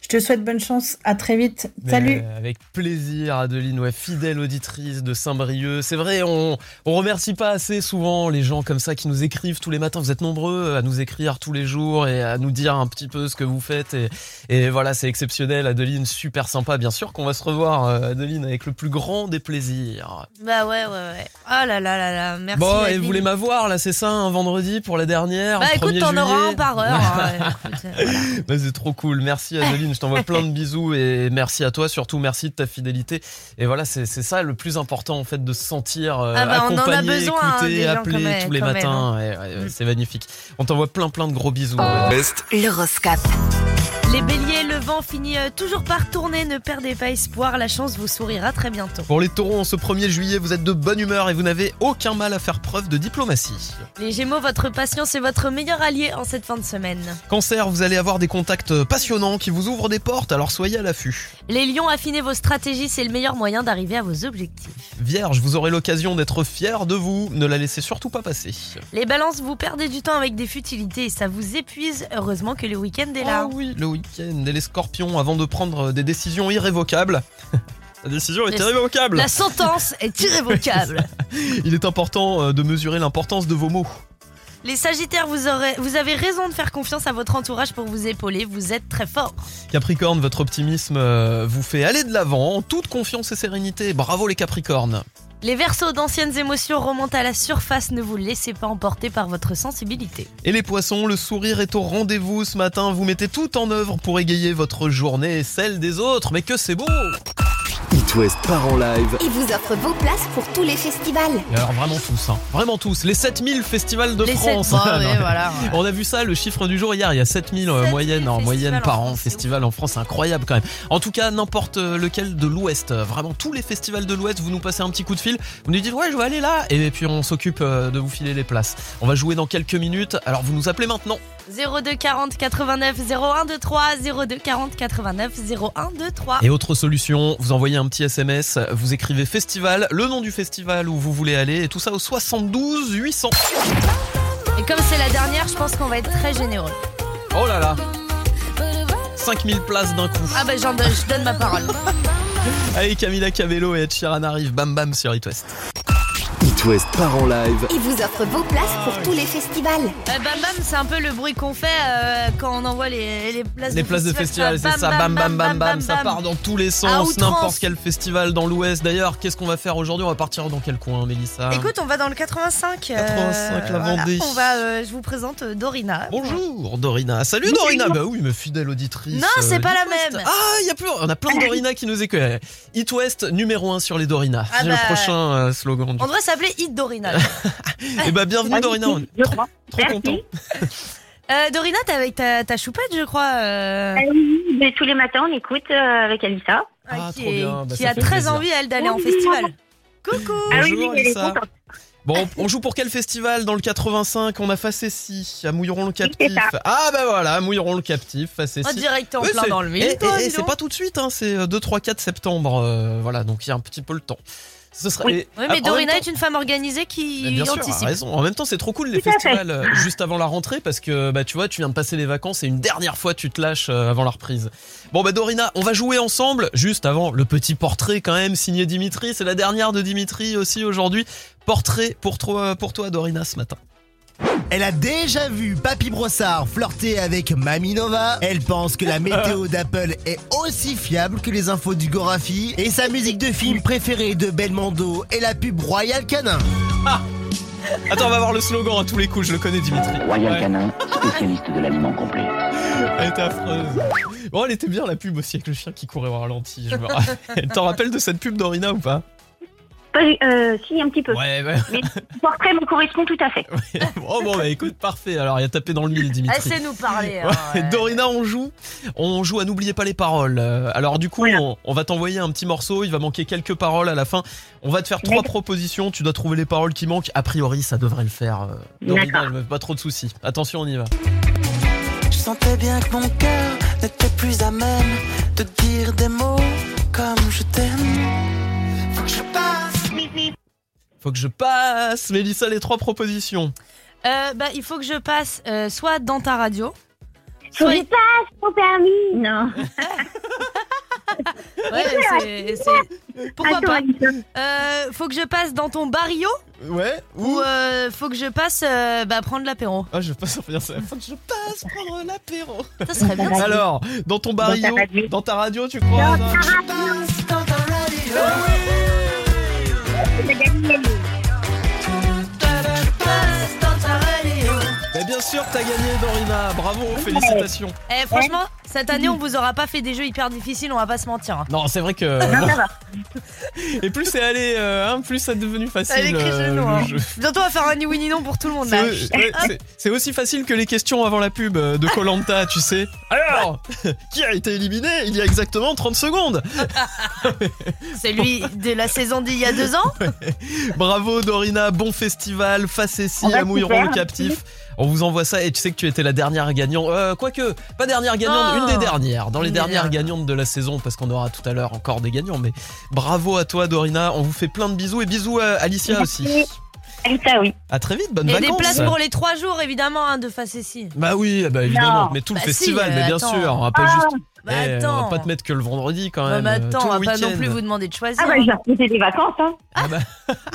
Speaker 13: Je te souhaite bonne chance. À très vite.
Speaker 3: Mais
Speaker 13: Salut.
Speaker 3: Avec plaisir, Adeline, ouais, fidèle auditrice de Saint-Brieuc. C'est vrai, on, on remercie pas assez souvent les gens comme ça qui nous écrivent tous les matins. Vous êtes nombreux à nous écrire tous les jours et à nous dire un petit peu ce que vous faites. Et, et voilà, c'est exceptionnel, Adeline, super sympa. Bien sûr qu'on va se revoir, euh, Adeline, avec le plus grand des plaisirs.
Speaker 2: Bah ouais ouais ouais. Oh là là là là, merci.
Speaker 3: bon, et
Speaker 2: Adeline.
Speaker 3: vous voulez m'avoir là, c'est ça, un vendredi pour la dernière
Speaker 2: Bah
Speaker 3: le
Speaker 2: écoute,
Speaker 3: 1er
Speaker 2: t'en auras
Speaker 3: juillet
Speaker 2: un par
Speaker 3: [laughs]
Speaker 2: heure. hein, écoute, euh, voilà.
Speaker 3: Bah, c'est trop cool. Merci Adeline, je t'envoie plein de bisous et merci à toi, surtout merci de ta fidélité. Et voilà, c'est c'est ça le plus important en fait de se sentir euh,
Speaker 2: Ah bah, on en a
Speaker 3: accompagné,
Speaker 2: besoin, hein,
Speaker 3: écouté,
Speaker 2: des gens
Speaker 3: appelé
Speaker 2: comme elle-
Speaker 3: tous les
Speaker 2: comme elle, hein. Mm.
Speaker 3: matins. Ouais, ouais, ouais, C'est magnifique. On t'envoie plein plein de gros bisous. Best.
Speaker 2: L'horoscope. Les béliers, le vent finit euh, toujours par tourner. Ne perdez pas espoir, la chance vous sourira très bientôt.
Speaker 3: Pour les taureaux, en ce 1er juillet, vous êtes de bonne humeur et vous n'avez aucun mal à faire preuve de diplomatie.
Speaker 2: Les gémeaux, votre patience est votre meilleur allié en cette fin de semaine.
Speaker 3: Cancer, vous allez avoir des contacts passionnants qui vous ouvrent des portes, alors soyez à l'affût.
Speaker 2: Les lions, affinez vos stratégies, c'est le meilleur moyen d'arriver à vos objectifs.
Speaker 3: Vierge, vous aurez l'occasion d'être fier de vous, ne la laissez surtout pas passer.
Speaker 2: Les balances, vous perdez du temps avec des futilités et ça vous épuise. Heureusement que le week-end est là.
Speaker 3: Ah oui, le week-end et les scorpions avant de prendre euh, des décisions irrévocables. La décision est
Speaker 2: La-
Speaker 3: irrévocable. [laughs]
Speaker 2: La sentence est irrévocable.
Speaker 3: Il est important euh, de mesurer l'importance de vos mots.
Speaker 2: les sagittaires, vous, aurez- vous avez raison de faire confiance à votre entourage pour vous épauler. Vous êtes très fort.
Speaker 3: Capricorne, votre optimisme euh, vous fait aller de l'avant en toute confiance et sérénité. Bravo les Capricornes.
Speaker 2: Les versos d'anciennes émotions remontent à la surface, ne vous laissez pas emporter par votre sensibilité.
Speaker 3: Et les poissons, le sourire est au rendez-vous ce matin. Vous mettez tout en œuvre pour égayer votre journée et celle des autres. Mais que c'est beau
Speaker 5: It
Speaker 12: It West part en live.
Speaker 14: et vous offre vos places pour tous les festivals.
Speaker 3: Et Alors vraiment tous, hein. vraiment tous. Les 7000 festivals de
Speaker 14: Les
Speaker 3: France. [laughs]
Speaker 14: 7000,
Speaker 3: Non,
Speaker 14: ouais,
Speaker 3: mais-
Speaker 14: voilà,
Speaker 3: On a vu ça, le chiffre du jour hier, il y a 7000 en moyenne, en moyenne par an, festival en France, c'est incroyable quand même. En tout cas, n'importe lequel de l'Ouest, euh, vraiment tous les festivals de l'Ouest, vous nous passez un petit coup de fil, vous nous dites ouais je vais aller là, et puis on s'occupe euh, de vous filer les places. On va jouer dans quelques minutes, alors vous nous appelez maintenant.
Speaker 2: 02 40 89 01 23 02 40 89 01 23
Speaker 3: Et autre solution, vous envoyez un petit SMS, vous écrivez festival, le nom du festival où vous voulez aller, et tout ça au 72 800.
Speaker 2: Et comme c'est la dernière, je pense qu'on va être très généreux.
Speaker 3: Oh là là 5000 places d'un coup.
Speaker 2: Ah bah j'en donne- je donne
Speaker 14: [laughs]
Speaker 2: ma parole.
Speaker 3: Allez, Camila Cabello et Ed Sheeran arrivent, bam bam sur It West.
Speaker 12: It West part en live.
Speaker 14: Et vous offre vos places pour tous les festivals.
Speaker 2: Euh, bam bam, c'est un peu le bruit qu'on fait euh, quand on envoie les, les places
Speaker 3: Les
Speaker 2: de
Speaker 3: places de
Speaker 2: festival.
Speaker 3: festival, c'est ça, bam bam bam bam, ça part dans tous les
Speaker 2: À
Speaker 3: sens,
Speaker 2: outrance.
Speaker 3: n'importe quel festival dans l'Ouest. D'ailleurs, qu'est-ce qu'on va faire aujourd'hui On va partir dans quel coin, Mélissa
Speaker 2: Écoute, on va dans le 85. euh,
Speaker 3: 85, la
Speaker 2: voilà,
Speaker 3: Vendée.
Speaker 2: on va, euh, je vous présente euh, Dorina.
Speaker 3: Bonjour Dorina. Salut Dorina. Bah oui, mais fidèle auditrice.
Speaker 2: Non,
Speaker 3: euh,
Speaker 2: c'est pas
Speaker 3: du
Speaker 2: la
Speaker 3: West.
Speaker 2: même.
Speaker 3: Ah, il y a plus. On a plein de Dorina qui nous écoutent. It West numéro 1 sur les Dorina.
Speaker 2: Ah
Speaker 3: c'est
Speaker 2: bah.
Speaker 3: le prochain euh, slogan.
Speaker 2: On devrait s'appeler
Speaker 3: [laughs]
Speaker 2: Hit Dorina.
Speaker 3: Et bah bienvenue Dorina. On-
Speaker 2: trop [laughs] content. Euh, Dorina, t'es avec ta, ta choupette, je crois. euh,
Speaker 15: Mais Ah ben, tous les matins, on écoute euh, avec Alissa.
Speaker 3: Ah,
Speaker 2: qui
Speaker 3: trop
Speaker 2: est-
Speaker 3: bien. Bah,
Speaker 2: qui
Speaker 3: ça
Speaker 2: a
Speaker 3: fait
Speaker 2: très
Speaker 3: plaisir.
Speaker 2: envie, elle, d'aller en
Speaker 15: Oui.
Speaker 2: festival. Coucou
Speaker 15: Ah oui, oui,
Speaker 3: Bonjour
Speaker 15: elle est
Speaker 3: Alissa.
Speaker 15: contente.
Speaker 3: Bon, on joue pour quel festival dans le 85 On a Facessi à Mouilleron le
Speaker 15: c'est
Speaker 3: Captif.
Speaker 15: ça.
Speaker 3: Ah bah voilà, Mouilleron le Captif, Facessi.
Speaker 2: En direct, t'es en
Speaker 3: Oui,
Speaker 2: plein
Speaker 3: c'est-
Speaker 2: dans le milieu,
Speaker 3: et- et-
Speaker 2: toi,
Speaker 3: et
Speaker 2: dis
Speaker 3: c'est
Speaker 2: donc.
Speaker 3: pas tout de suite, hein, c'est euh, 2, 3, 4 septembre. euh, voilà, donc il y a un petit peu le temps. Ce sera.
Speaker 2: Oui,
Speaker 3: et-
Speaker 2: Oui,
Speaker 3: en
Speaker 2: mais
Speaker 3: même
Speaker 2: Dorina
Speaker 3: temps-
Speaker 2: est une femme organisée
Speaker 3: Mais
Speaker 2: qui
Speaker 3: Bien sûr,
Speaker 2: anticipe.
Speaker 3: a raison. hein. En même temps, c'est trop cool les
Speaker 2: Tout à fait.
Speaker 3: festivals euh, juste avant la rentrée parce que bah tu vois, tu viens de passer les vacances et une dernière fois tu te lâches euh, avant la reprise. Bon bah Dorina, on va jouer ensemble juste avant le petit portrait quand même signé Dimitri. C'est la dernière de Dimitri aussi aujourd'hui. Portrait pour toi, pour toi Dorina ce matin.
Speaker 6: Elle a déjà vu Papy Brossard flirter avec Mamie Nova. Elle pense que la
Speaker 3: [laughs]
Speaker 6: météo d'Apple est aussi fiable que les infos du Gorafi. Et sa musique de film préférée de Belmondo est la pub Royal Canin.
Speaker 3: Ah. Attends, on va voir le slogan à tous les coups. Je le connais Dimitri.
Speaker 16: Royal
Speaker 3: Ouais.
Speaker 16: Canin, spécialiste de l'aliment complet.
Speaker 3: Elle était affreuse. Bon, elle était bien la pub aussi avec le chien qui courait au ralenti. Je me [laughs] rappelle. T'en rappelles de cette pub Dorina ou
Speaker 2: [laughs]
Speaker 3: pas
Speaker 15: Pas- euh, si, un petit peu.
Speaker 3: Ouais, ouais.
Speaker 15: Mais le portrait me correspond tout à
Speaker 3: [laughs]
Speaker 15: fait.
Speaker 3: Oh bon, bah écoute, parfait. Alors, il a tapé dans le mille Dimitri.
Speaker 2: Laissez-nous parler. hein,
Speaker 3: Ouais,
Speaker 2: [laughs] ouais.
Speaker 3: Dorina, on joue. On joue à N'oubliez pas les paroles. Euh, Alors du coup, on, on va t'envoyer un petit morceau. Il va manquer quelques paroles à la fin. On va te faire trois propositions. Tu dois trouver les paroles qui manquent. A priori, ça devrait le faire. euh, Dorina, elle me fait pas trop de soucis. Attention, on y va.
Speaker 17: Je sentais bien que mon cœur n'était plus à même de dire des mots comme je t'aime. Faut que je passe.
Speaker 3: Faut que je passe, Mélissa, les trois propositions.
Speaker 2: Euh, bah, il faut que je passe euh, soit dans ta radio.
Speaker 15: Faut que je passe mon permis. [laughs] Non.
Speaker 2: Ouais, c'est- c'est- Pourquoi
Speaker 15: Attends,
Speaker 2: pas
Speaker 15: Alissa.
Speaker 2: Euh, Faut que je passe dans ton barrio
Speaker 3: Ouais.
Speaker 2: Ou euh, faut que je passe euh, bah, prendre l'apéro
Speaker 3: Ah, je passe bien ça.
Speaker 2: Faut
Speaker 3: que je passe prendre l'apéro.
Speaker 2: Ça serait bien.
Speaker 3: [laughs]
Speaker 2: ça.
Speaker 3: Alors, dans ton barillon,
Speaker 2: Dans
Speaker 3: dans
Speaker 2: ta
Speaker 3: ta radio, tu
Speaker 7: Oh, bah.
Speaker 3: crois dans- Mais bien sûr, t'as gagné, Dorina. Bravo, félicitations.
Speaker 2: Eh, franchement, cette année, on vous aura pas fait des jeux hyper difficiles, on va pas se mentir. hein.
Speaker 3: Non, euh, c'est vrai que.
Speaker 2: Non, ça va.
Speaker 3: Et plus c'est allé, euh, hein, plus ça est devenu facile.
Speaker 2: Allez, crie
Speaker 3: euh,
Speaker 2: chez nous,
Speaker 3: le
Speaker 2: hein.
Speaker 3: jeu.
Speaker 2: Bientôt, on va faire un ni oui ni non pour tout le monde.
Speaker 3: C'est
Speaker 2: là.
Speaker 3: au- ouais, c'est- c'est aussi facile que les questions avant la pub euh, de Colanta, tu sais. Alors, [laughs] qui a été éliminé il y a exactement 30 secondes
Speaker 2: C'est lui de la saison d'il y a deux ans.
Speaker 3: Bravo Dorina, bon festival,
Speaker 2: On
Speaker 3: facétie
Speaker 2: va hein,
Speaker 3: à Mouilleron
Speaker 2: super,
Speaker 3: le captif. On vous envoie ça et tu sais que tu étais la dernière gagnante. Euh, Quoique, pas dernière gagnante,
Speaker 2: Oh.
Speaker 3: une des dernières. Dans les
Speaker 2: Une des
Speaker 3: dernières
Speaker 2: dernières.
Speaker 3: gagnantes de la saison, parce qu'on aura tout à l'heure encore des gagnants. Mais bravo à toi Dorina, on vous fait plein de bisous et bisous à Alicia aussi.
Speaker 15: Alissa, oui.
Speaker 3: À très vite, bonnes
Speaker 2: Et
Speaker 3: vacances.
Speaker 2: des places pour les trois jours, évidemment, hein, de facétie.
Speaker 3: Bah oui, bah évidemment,
Speaker 2: Non.
Speaker 3: mais tout
Speaker 2: Bah
Speaker 3: le
Speaker 2: si,
Speaker 3: festival, mais
Speaker 2: euh,
Speaker 3: bien
Speaker 2: attends.
Speaker 3: sûr, on va pas
Speaker 2: Ah,
Speaker 3: juste.
Speaker 2: bah
Speaker 3: Eh, on
Speaker 2: attends.
Speaker 3: va pas te mettre que le vendredi quand
Speaker 2: Non,
Speaker 3: même.
Speaker 2: mais
Speaker 3: euh,
Speaker 2: bah, attends,
Speaker 3: tout
Speaker 2: on
Speaker 3: le
Speaker 2: va pas non
Speaker 3: week-end.
Speaker 2: plus vous demander de choisir. hein.
Speaker 15: Ah bah, j'ai reposé des vacances. Hein.
Speaker 3: Ah bah,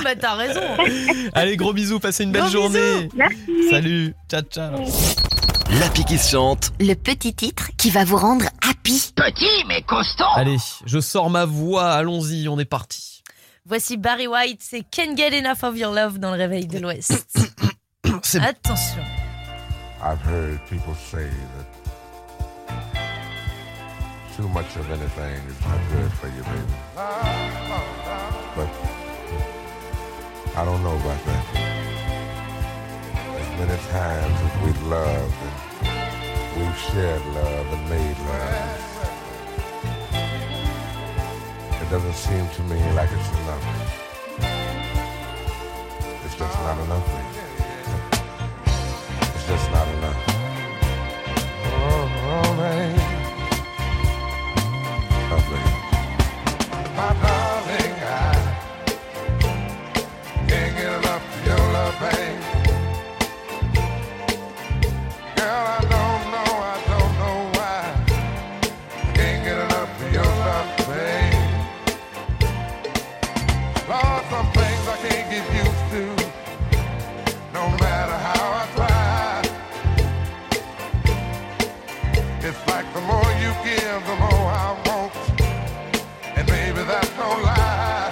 Speaker 2: Bah, t'as raison.
Speaker 4: [laughs]
Speaker 3: allez, gros bisous, passez une belle
Speaker 2: Gros
Speaker 3: journée.
Speaker 2: bisous.
Speaker 3: Salut, ciao ciao.
Speaker 12: L'appli qui se chante.
Speaker 14: Le petit titre qui va vous rendre happy.
Speaker 12: Petit mais costaud.
Speaker 3: Allez, je sors ma voix, allons-y, on est parti.
Speaker 2: Voici Barry White, c'est Can't Get Enough of Your Love dans le réveil de l'Ouest.
Speaker 3: [coughs]
Speaker 2: Attention.
Speaker 18: I've heard people say that too much of anything is not good for you, baby. But I don't know about that. As many times as we loved and we've shared love and made love, it doesn't seem to me like it's enough. It's just not enough. baby. It's just not enough. Oh, oh, baby. Oh, baby. My darling, I can't get enough of your love, babe. Girl, I don't know, I don't know why. Can't get enough of your love, babe. Lord, some things I can't get used to. No matter how I try, it's like the more you give, the more I want. And baby, that's no lie.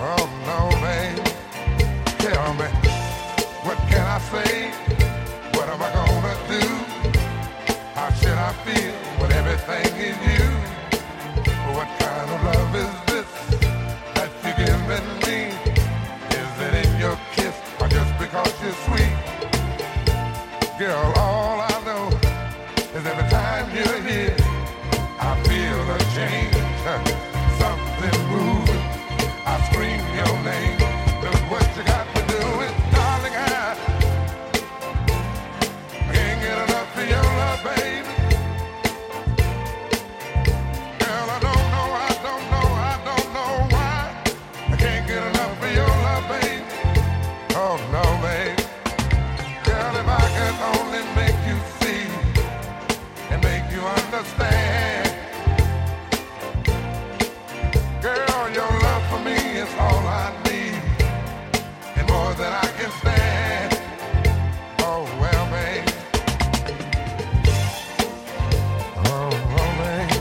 Speaker 18: Oh no, babe. Tell me, what can I say? What am I gonna do? How should I feel when everything is you? What kind of love is this that you're giving me? Is it in your kiss or just because you're sweet? Girl, all I know is every time you're here, I feel a change. huh, Something moving. I scream your name. Look what you got to do it, darling. I can't get enough of your love, baby. Girl, I don't know, I don't know, I don't know why. I can't get enough of your love, baby. Oh no, baby. Girl, if I could only make you see and make you understand. Girl, your love for me is all I need and more than I can stand. Oh, well, babe. Oh, well, babe.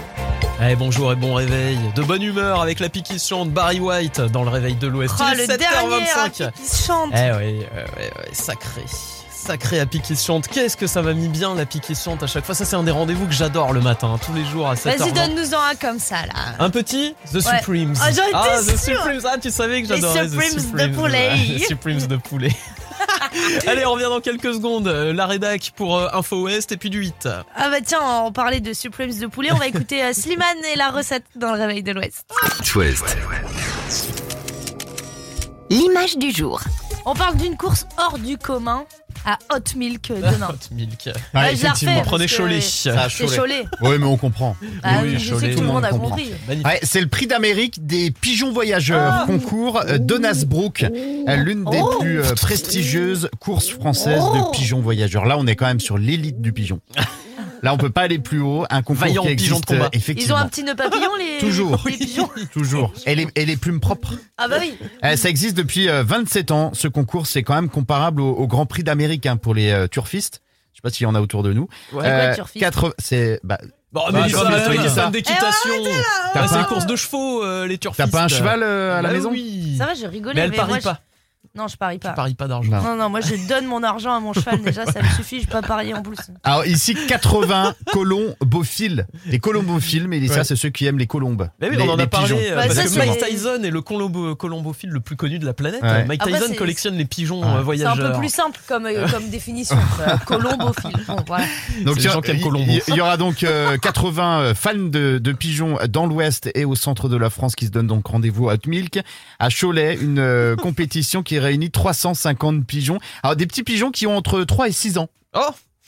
Speaker 3: Allez, Eh, bonjour et bon réveil. De bonne humeur avec la pique qui se chante Barry White dans le réveil de l'Ouest.
Speaker 2: Oh,
Speaker 3: Il est
Speaker 2: le
Speaker 3: 7h25.
Speaker 14: hein,
Speaker 2: dernier Happy qui se chante.
Speaker 3: Eh oui, ouais, ouais, ouais, sacré. Sacré Happy qui se chante. Qu'est-ce que ça m'a mis bien la pique qui se chante à chaque fois. Ça, c'est un des rendez-vous que j'adore le matin, hein, tous les jours à 7h.
Speaker 2: Vas-y, donne-nous-en un comme ça, là.
Speaker 3: Un petit The
Speaker 2: Ouais.
Speaker 3: Supremes.
Speaker 2: Ah, j'en étais
Speaker 3: The
Speaker 2: sûre.
Speaker 3: Supremes. Ah, tu savais que
Speaker 2: Les
Speaker 3: j'adorais The
Speaker 2: Supremes de
Speaker 3: Supremes.
Speaker 2: poulet.
Speaker 3: Ouais, [laughs] les Supremes de
Speaker 2: [laughs]
Speaker 3: poulet. [coughs] Allez, on revient dans quelques secondes. Euh, La rédac pour euh, Info West et puis du 8.
Speaker 2: Ah bah tiens, on parlait de Supremes de poulet, on va écouter euh, Slimane et la recette dans le réveil de l'Ouest.
Speaker 5: It West.
Speaker 2: L'image du jour. On parle d'une course hors du commun à Hot
Speaker 3: [laughs]
Speaker 2: Milk de Nantes.
Speaker 3: Hot Milk.
Speaker 2: Bah, je la refais, parce
Speaker 3: Prenez
Speaker 2: que-
Speaker 3: Cholet.
Speaker 2: Ça a C'est Cholet. Cholet.
Speaker 11: Oui, mais on comprend.
Speaker 2: Ah oui, je sais que tout le monde a compris. Magnifique. Ah.
Speaker 11: Ouais, c'est le prix d'Amérique des pigeons voyageurs, concours euh, de Nasbrook, euh, l'une des
Speaker 3: Oh.
Speaker 11: plus euh, prestigieuses courses françaises
Speaker 3: Oh.
Speaker 11: de pigeons voyageurs. Là, on est quand même sur l'élite du pigeon. Là, on peut pas aller plus haut. Un concours
Speaker 3: Vaillant
Speaker 11: qui
Speaker 3: pigeon de
Speaker 11: existe
Speaker 3: combat.
Speaker 11: euh,
Speaker 2: Ils ont
Speaker 11: effectivement.
Speaker 2: un petit nœud papillon, les, [laughs]
Speaker 11: Toujours.
Speaker 2: les pigeons.
Speaker 11: Toujours. Et les, et les plumes propres.
Speaker 2: Ah bah oui.
Speaker 11: Euh, ça existe depuis euh, 27 ans. Ce concours, c'est quand même comparable au, au Grand Prix d'Amérique hein, pour les euh, turfistes. Je sais pas s'il y en a autour de nous.
Speaker 3: Ouais. C'est quoi, le turfiste
Speaker 11: quatre- C'est bah,
Speaker 3: Bon,
Speaker 11: bah,
Speaker 3: mais
Speaker 11: c'est pas toi qui
Speaker 2: Eh,
Speaker 11: dis ça.
Speaker 3: d'équitation.
Speaker 2: hein.
Speaker 11: T'as
Speaker 3: Ah, C'est
Speaker 11: pas-
Speaker 3: les courses de chevaux, euh, les turfistes.
Speaker 11: pas un cheval, euh, à la
Speaker 3: Bah
Speaker 11: maison
Speaker 3: oui.
Speaker 2: Ça va, je rigolais.
Speaker 3: Mais elle
Speaker 2: moi,
Speaker 3: parie
Speaker 2: je-
Speaker 3: pas.
Speaker 2: Non, je parie pas.
Speaker 3: Parie pas d'argent.
Speaker 2: Non, non, moi je donne mon argent à mon cheval déjà, ça me suffit, je peux pas parier en plus.
Speaker 11: Alors ici,
Speaker 3: [laughs]
Speaker 11: 80 colombophiles. Les colombophiles, mais
Speaker 3: Ouais.
Speaker 11: ça, c'est ceux qui aiment les colombes.
Speaker 3: Mais oui,
Speaker 11: les,
Speaker 3: on en a
Speaker 11: les
Speaker 3: parlé
Speaker 11: pigeons.
Speaker 3: euh,
Speaker 2: Bah,
Speaker 3: parce
Speaker 2: ça,
Speaker 3: que
Speaker 2: c'est-
Speaker 3: Mike Tyson est le colombo, colombophile le plus connu de la planète.
Speaker 11: Ouais.
Speaker 3: Mike
Speaker 2: Après,
Speaker 3: Tyson
Speaker 2: Ah, c'est-
Speaker 3: collectionne les pigeons
Speaker 11: Ouais.
Speaker 3: euh,
Speaker 2: C'est un
Speaker 3: voyageurs.
Speaker 2: peu plus simple comme, euh, comme définition. tu
Speaker 11: [laughs]
Speaker 2: vois. Colombophile. Bon, voilà.
Speaker 11: Donc,
Speaker 3: C'est
Speaker 11: il y
Speaker 3: les
Speaker 11: a-
Speaker 3: gens qui aiment
Speaker 11: il-
Speaker 3: Colombo.
Speaker 11: Il y aura donc euh, [laughs] 80 euh, fans de, de pigeons dans l'Ouest et au centre de la France qui se donnent donc rendez-vous à Milk, à Cholet, une euh, compétition qui réunit 350 pigeons. Alors des petits pigeons qui ont entre 3 et 6 ans.
Speaker 3: Oh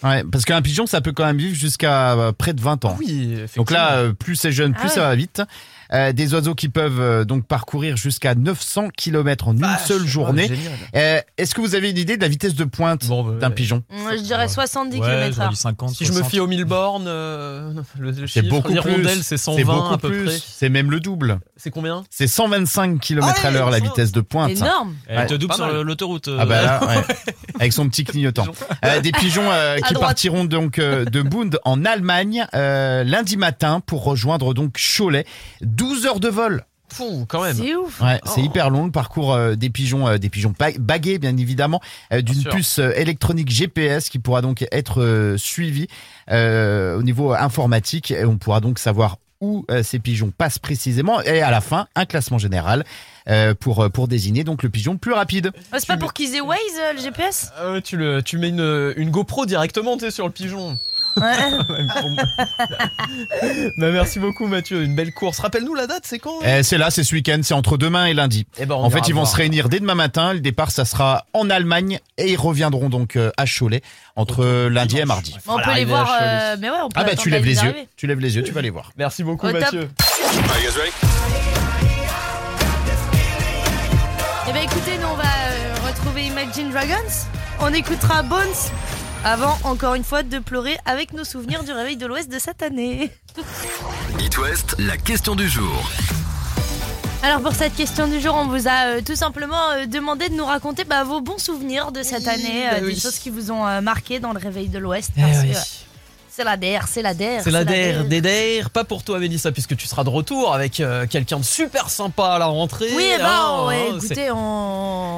Speaker 11: Ouais, parce qu'un pigeon, ça peut quand même vivre jusqu'à euh, près de 20 ans.
Speaker 3: Oui,
Speaker 11: Donc là, euh, plus c'est jeune, plus
Speaker 3: Ah
Speaker 11: ça
Speaker 3: ouais.
Speaker 11: va vite. Euh, des oiseaux qui peuvent euh, donc parcourir jusqu'à 900 km en une
Speaker 3: Vache,
Speaker 11: seule
Speaker 3: ouais,
Speaker 11: journée.
Speaker 3: génial. bah,
Speaker 11: Euh, Est-ce que vous avez une idée de la vitesse de pointe d'un pigeon
Speaker 2: Moi, je dirais 70
Speaker 3: Ouais,
Speaker 2: km/h.
Speaker 3: j'aurais dit 50, Si je me
Speaker 11: 60.
Speaker 3: fie aux 1000 bornes, euh, le,
Speaker 11: C'est
Speaker 3: le chiffre
Speaker 11: beaucoup
Speaker 3: l'hirondelle,
Speaker 11: plus. C'est
Speaker 3: c'est 120
Speaker 11: beaucoup
Speaker 3: à peu
Speaker 11: plus.
Speaker 3: près.
Speaker 11: C'est même le double.
Speaker 3: C'est combien
Speaker 11: C'est 125 km à l'heure la vitesse de pointe.
Speaker 2: Énorme.
Speaker 11: Ouais.
Speaker 8: te double
Speaker 3: Pas mal.
Speaker 8: sur l'autoroute. euh.
Speaker 11: Ah bah là, ouais.
Speaker 3: [laughs]
Speaker 11: avec son petit clignotant. Euh, des pigeons euh,
Speaker 8: À
Speaker 11: qui
Speaker 8: droite.
Speaker 11: partiront donc euh, de Bund en Allemagne euh, lundi matin pour rejoindre donc Cholet. 12 heures de vol.
Speaker 3: Pouh, quand même.
Speaker 2: C'est ouf.
Speaker 11: Ouais,
Speaker 3: Oh.
Speaker 11: c'est hyper long le parcours euh, des pigeons, euh, des pigeons ba- bagués bien évidemment, euh, d'une
Speaker 3: sûr.
Speaker 11: puce euh, électronique GPS qui pourra donc être euh, suivie euh, au niveau informatique. Et on pourra donc savoir où euh, ces pigeons passent précisément et à la fin un classement général euh, pour euh, pour désigner donc le pigeon plus rapide.
Speaker 2: Ah, C'est pas pour qu'ils aient Waze, euh, le GPS
Speaker 3: Ah ouais, tu, le, tu mets une, une GoPro directement tu sais, sur le pigeon. [laughs] Bah, merci beaucoup Mathieu, une belle course. Rappelle-nous la date, c'est quand
Speaker 11: Euh, c'est là, c'est ce week-end, c'est entre demain et lundi.
Speaker 3: Eh ben, on
Speaker 11: en
Speaker 3: ira
Speaker 11: fait, ils vont
Speaker 3: voir.
Speaker 11: se réunir dès demain matin. Le départ, ça sera en Allemagne et ils reviendront donc euh, à Cholet entre euh, lundi et mardi.
Speaker 2: Bon, On peut les voir. euh, Mais ouais, on peut
Speaker 11: Ah bah
Speaker 2: attendre
Speaker 11: tu lèves
Speaker 2: d'aller
Speaker 11: les yeux,
Speaker 2: arriver.
Speaker 11: tu lèves les yeux, tu vas les voir.
Speaker 3: Merci beaucoup
Speaker 2: Au top.
Speaker 3: Mathieu.
Speaker 2: Eh ben écoutez, nous on va euh, retrouver Imagine Dragons. On écoutera Bones avant, encore une fois, de pleurer avec nos souvenirs du réveil de l'Ouest de cette année.
Speaker 12: It West, la question du jour.
Speaker 2: Alors pour cette question du jour, on vous a euh, tout simplement euh, demandé de nous raconter bah, vos bons souvenirs de cette année, euh,
Speaker 3: bah
Speaker 2: des
Speaker 3: oui.
Speaker 2: choses qui vous ont euh, marqué dans le réveil de l'Ouest.
Speaker 3: Eh
Speaker 2: parce que,
Speaker 3: oui.
Speaker 2: euh, C'est la DR, c'est la DR.
Speaker 3: C'est la
Speaker 2: DR.
Speaker 3: DER, des DER, pas pour toi Mélissa, puisque tu seras de retour avec euh, quelqu'un de super sympa à la rentrée.
Speaker 2: Oui, eh ben,
Speaker 3: Hein,
Speaker 2: ouais,
Speaker 3: hein, c'est-
Speaker 2: écoutez, on,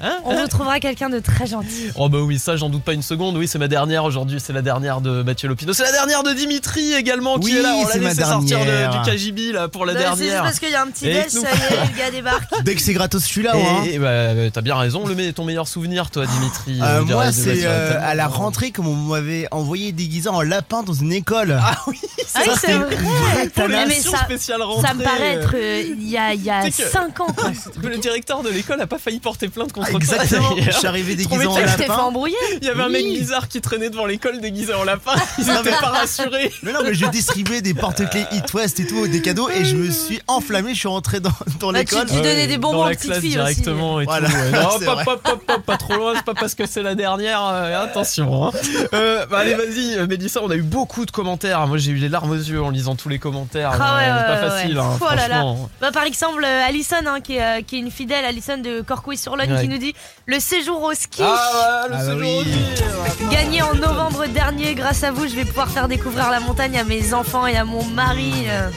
Speaker 3: Hein,
Speaker 2: on
Speaker 3: hein.
Speaker 2: retrouvera quelqu'un de très gentil.
Speaker 3: Oh bah oui, ça j'en doute pas une seconde. Oui, c'est ma dernière aujourd'hui, c'est la dernière de Mathieu Lopino. C'est la dernière de Dimitri également qui
Speaker 11: Oui,
Speaker 3: est là. On l'a
Speaker 11: c'est ma
Speaker 3: laissé sortir de-
Speaker 11: dernière.
Speaker 3: du KGB là pour la
Speaker 2: Non, Bah, C'est juste
Speaker 3: dernière.
Speaker 2: parce qu'il y a un petit
Speaker 3: Et
Speaker 2: délai, ça
Speaker 3: nous-
Speaker 2: y
Speaker 3: [laughs]
Speaker 2: est, le gars débarque.
Speaker 11: Dès que c'est gratos, je suis là.
Speaker 3: Et-
Speaker 11: hein.
Speaker 3: et bah, euh, t'as bien raison, le me- ton meilleur souvenir toi Dimitri.
Speaker 6: Euh,
Speaker 3: euh, du
Speaker 6: moi,
Speaker 3: reste de
Speaker 6: c'est
Speaker 3: soirée.
Speaker 6: euh,
Speaker 3: Tellement-
Speaker 6: à la rentrée comme on m'avait envoyé déguisé en lapin dans une école.
Speaker 3: Ah oui,
Speaker 2: Ah oui, c'est vrai.
Speaker 3: Pour
Speaker 2: mais
Speaker 3: l'émission
Speaker 2: ça,
Speaker 3: spéciale
Speaker 2: ça me
Speaker 3: rentrée,
Speaker 2: paraît
Speaker 3: euh,
Speaker 2: être euh, il y a, il y a
Speaker 3: tu sais que- Ah,
Speaker 2: 5 ans. Quoi.
Speaker 3: Le directeur de l'école a pas failli porter plainte contre
Speaker 6: Ah,
Speaker 3: toi. [laughs]
Speaker 6: exactement.
Speaker 3: d'ailleurs.
Speaker 6: Je suis arrivé
Speaker 3: Il
Speaker 6: déguisé
Speaker 3: trouvait
Speaker 6: en
Speaker 3: que-
Speaker 2: Tu t'es fait
Speaker 6: lapin.
Speaker 2: embrouiller
Speaker 3: Il y avait un mec
Speaker 6: Oui.
Speaker 3: bizarre qui traînait devant l'école déguisé
Speaker 6: [laughs]
Speaker 3: en lapin. Ils
Speaker 6: Non,
Speaker 3: étaient
Speaker 6: mais-
Speaker 3: pas rassurés.
Speaker 6: Mais non, mais je distribuais des porte-clés It West et tout, des cadeaux, et je
Speaker 3: Ah.
Speaker 6: me suis enflammé. Je suis rentré dans, dans
Speaker 2: Bah, tu-
Speaker 6: l'école.
Speaker 2: tu donnais des bonbons
Speaker 3: dans
Speaker 2: aux
Speaker 3: la
Speaker 2: petites
Speaker 3: classe
Speaker 2: filles
Speaker 3: directement et
Speaker 6: Voilà, [laughs]
Speaker 3: tout. ouais. Non,
Speaker 6: c'est
Speaker 3: pas,
Speaker 6: vrai.
Speaker 3: pas, pas, pas, pas trop loin, c'est pas parce que c'est la dernière. euh, attention. hein. Euh, bah, allez, vas-y, euh, Mélissa, on a eu beaucoup de commentaires. Moi, j'ai eu les larmes aux yeux en lisant tous les commentaires.
Speaker 2: Ah ouais,
Speaker 3: Euh, c'est
Speaker 2: ouais,
Speaker 3: pas
Speaker 2: ouais,
Speaker 3: facile,
Speaker 2: ouais.
Speaker 3: hein,
Speaker 2: Oh là là.
Speaker 3: franchement.
Speaker 2: Bah, par exemple, euh, Alison, hein, qui, est, euh, qui est une fidèle, Alison de Corcoué-sur-Logne,
Speaker 3: Ouais.
Speaker 2: qui nous dit Le séjour au ski
Speaker 3: Ah, ouais, le
Speaker 6: Ah, bah
Speaker 3: séjour
Speaker 6: oui.
Speaker 3: au ski, ouais.
Speaker 2: gagné en novembre dernier. Grâce à vous, je vais pouvoir faire découvrir la montagne à mes enfants et à mon mari. euh.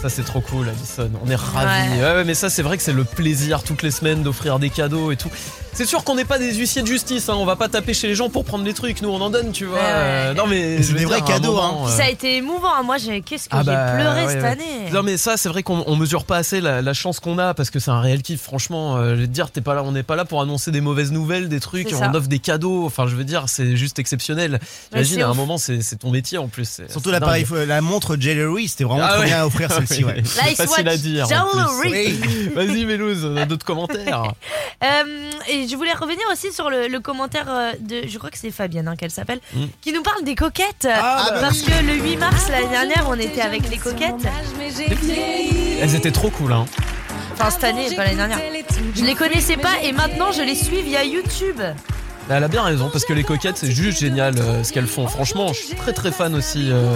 Speaker 3: Ça, c'est trop cool, Alison. On est ravis.
Speaker 2: Ouais.
Speaker 3: Ouais, ouais, mais ça, c'est vrai que c'est le plaisir toutes les semaines d'offrir des cadeaux et tout. C'est sûr qu'on n'est pas des huissiers de justice, hein. on va pas taper chez les gens pour prendre des trucs. Nous, on en donne, tu vois.
Speaker 2: Ouais, ouais.
Speaker 3: Euh, Non, mais.
Speaker 6: C'est
Speaker 3: je veux
Speaker 6: des vrais
Speaker 3: dire, à un
Speaker 6: cadeaux,
Speaker 3: moment, euh,
Speaker 2: Ça a été émouvant. hein. Moi, j'ai- qu'est-ce que
Speaker 3: Ah
Speaker 2: j'ai
Speaker 3: bah,
Speaker 2: pleuré
Speaker 3: ouais,
Speaker 2: cette
Speaker 3: ouais.
Speaker 2: année.
Speaker 3: Non mais ça c'est vrai qu'on on mesure pas assez la, la chance qu'on a parce que c'est un réel kiff franchement euh, je vais te dire t'es pas là on n'est pas là pour annoncer des mauvaises nouvelles des trucs
Speaker 2: C'est
Speaker 3: on
Speaker 2: ça.
Speaker 3: offre des cadeaux enfin je veux dire c'est juste exceptionnel
Speaker 2: Ouais,
Speaker 3: imagine
Speaker 2: c'est
Speaker 3: à un
Speaker 2: ouf.
Speaker 3: moment c'est c'est ton métier en plus c'est-
Speaker 6: Surtout
Speaker 3: c'est
Speaker 6: l'appareil,
Speaker 3: dingue.
Speaker 6: la montre Jewelry, c'était vraiment
Speaker 3: Ah
Speaker 6: trop
Speaker 3: ouais.
Speaker 6: bien à
Speaker 3: [laughs]
Speaker 6: offrir celle-ci. Ouais.
Speaker 3: C'est
Speaker 2: Life's
Speaker 3: facile
Speaker 2: Watch
Speaker 3: à dire en plus.
Speaker 2: Jewelry.
Speaker 3: [laughs] vas-y Mélouse on a d'autres commentaires
Speaker 2: [laughs] Euh, et je voulais revenir aussi sur le, le commentaire euh, de, je crois que c'est Fabienne hein, qu'elle s'appelle,
Speaker 3: Mm.
Speaker 2: qui nous parle des coquettes.
Speaker 6: Ah, bah
Speaker 2: parce
Speaker 6: oui.
Speaker 2: que le 8 mars l'année dernière, on était avec les coquettes.
Speaker 3: elles étaient trop cool hein
Speaker 2: Enfin, cette année, pas l'année dernière. Je les connaissais pas et maintenant je les suis via YouTube.
Speaker 3: Oh elle a bien raison parce que les coquettes c'est juste génial euh, ce qu'elles font franchement je suis très très fan aussi euh,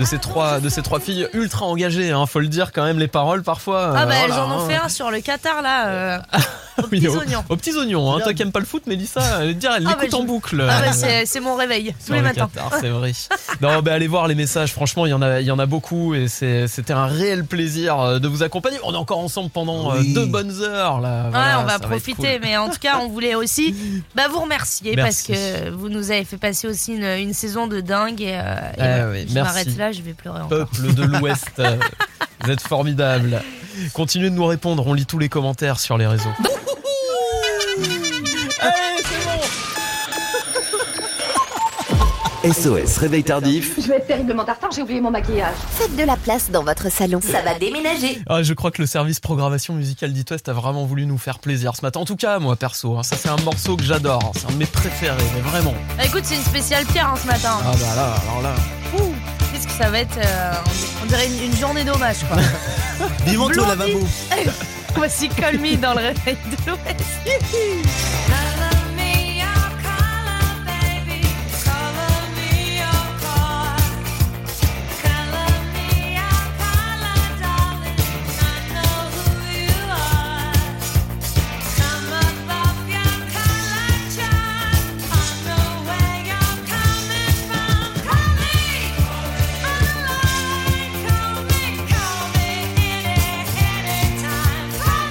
Speaker 3: de ces trois de ces trois filles ultra engagées hein. faut le dire quand même les paroles parfois
Speaker 2: ah bah
Speaker 3: euh,
Speaker 2: elles
Speaker 3: voilà,
Speaker 2: en ont
Speaker 3: hein.
Speaker 2: fait un sur le Qatar là. euh,
Speaker 3: [laughs]
Speaker 2: aux
Speaker 3: Oui,
Speaker 2: petits
Speaker 3: au-
Speaker 2: oignons.
Speaker 3: Aux petits oignons, hein. toi qui aimes pas le foot, Mélissa, elle, dire, elle
Speaker 2: Ah,
Speaker 3: l'écoute
Speaker 2: bah,
Speaker 3: en
Speaker 2: je-
Speaker 3: boucle.
Speaker 2: Ah bah
Speaker 3: euh,
Speaker 2: c'est c'est mon réveil tous
Speaker 3: sur
Speaker 2: les
Speaker 3: le
Speaker 2: matins.
Speaker 3: Qatar, c'est vrai. non, bah allez voir les messages, franchement, il y en a, il y en a beaucoup et c'est- c'était un réel plaisir euh, de vous accompagner. On est encore ensemble pendant euh,
Speaker 6: Oui.
Speaker 3: deux bonnes heures là. Ah, Voilà,
Speaker 2: ouais, on va
Speaker 3: ça être
Speaker 2: profiter,
Speaker 3: cool.
Speaker 2: mais en tout cas, on voulait aussi
Speaker 3: [laughs]
Speaker 2: bah, vous remercier
Speaker 3: Merci.
Speaker 2: parce que vous nous avez fait passer aussi une, une saison de dingue. Et, euh, et
Speaker 3: Ah
Speaker 2: ouais,
Speaker 3: oui, merci.
Speaker 2: je m'arrête là, je vais pleurer encore.
Speaker 3: Peuple de l'Ouest,
Speaker 2: [laughs]
Speaker 3: euh, vous êtes formidables. Continuez de nous répondre, on lit tous les commentaires sur les réseaux.
Speaker 16: Eh,
Speaker 12: SOS, réveil tardif.
Speaker 14: Je vais être terriblement tard, j'ai oublié mon maquillage. Faites de la place dans votre salon. Ça va déménager.
Speaker 3: Ah, je crois que le service programmation musicale d'It West a vraiment voulu nous faire plaisir ce matin. En tout cas, moi perso, hein, ça c'est un morceau que j'adore, hein. c'est un de mes préférés, mais vraiment.
Speaker 2: Bah, écoute, c'est une spéciale pierre hein, ce matin.
Speaker 3: Ah bah là, alors là.
Speaker 2: Ouh, Qu'est-ce que ça va être euh, On dirait une, une journée d'hommage,
Speaker 3: [laughs]
Speaker 2: quoi.
Speaker 6: Vivant le
Speaker 2: Blondie.
Speaker 6: lavabo.
Speaker 2: [laughs] Voici Call Me dans le réveil de l'Ouest.
Speaker 1: Call me, call me, call me, hit it, hit it.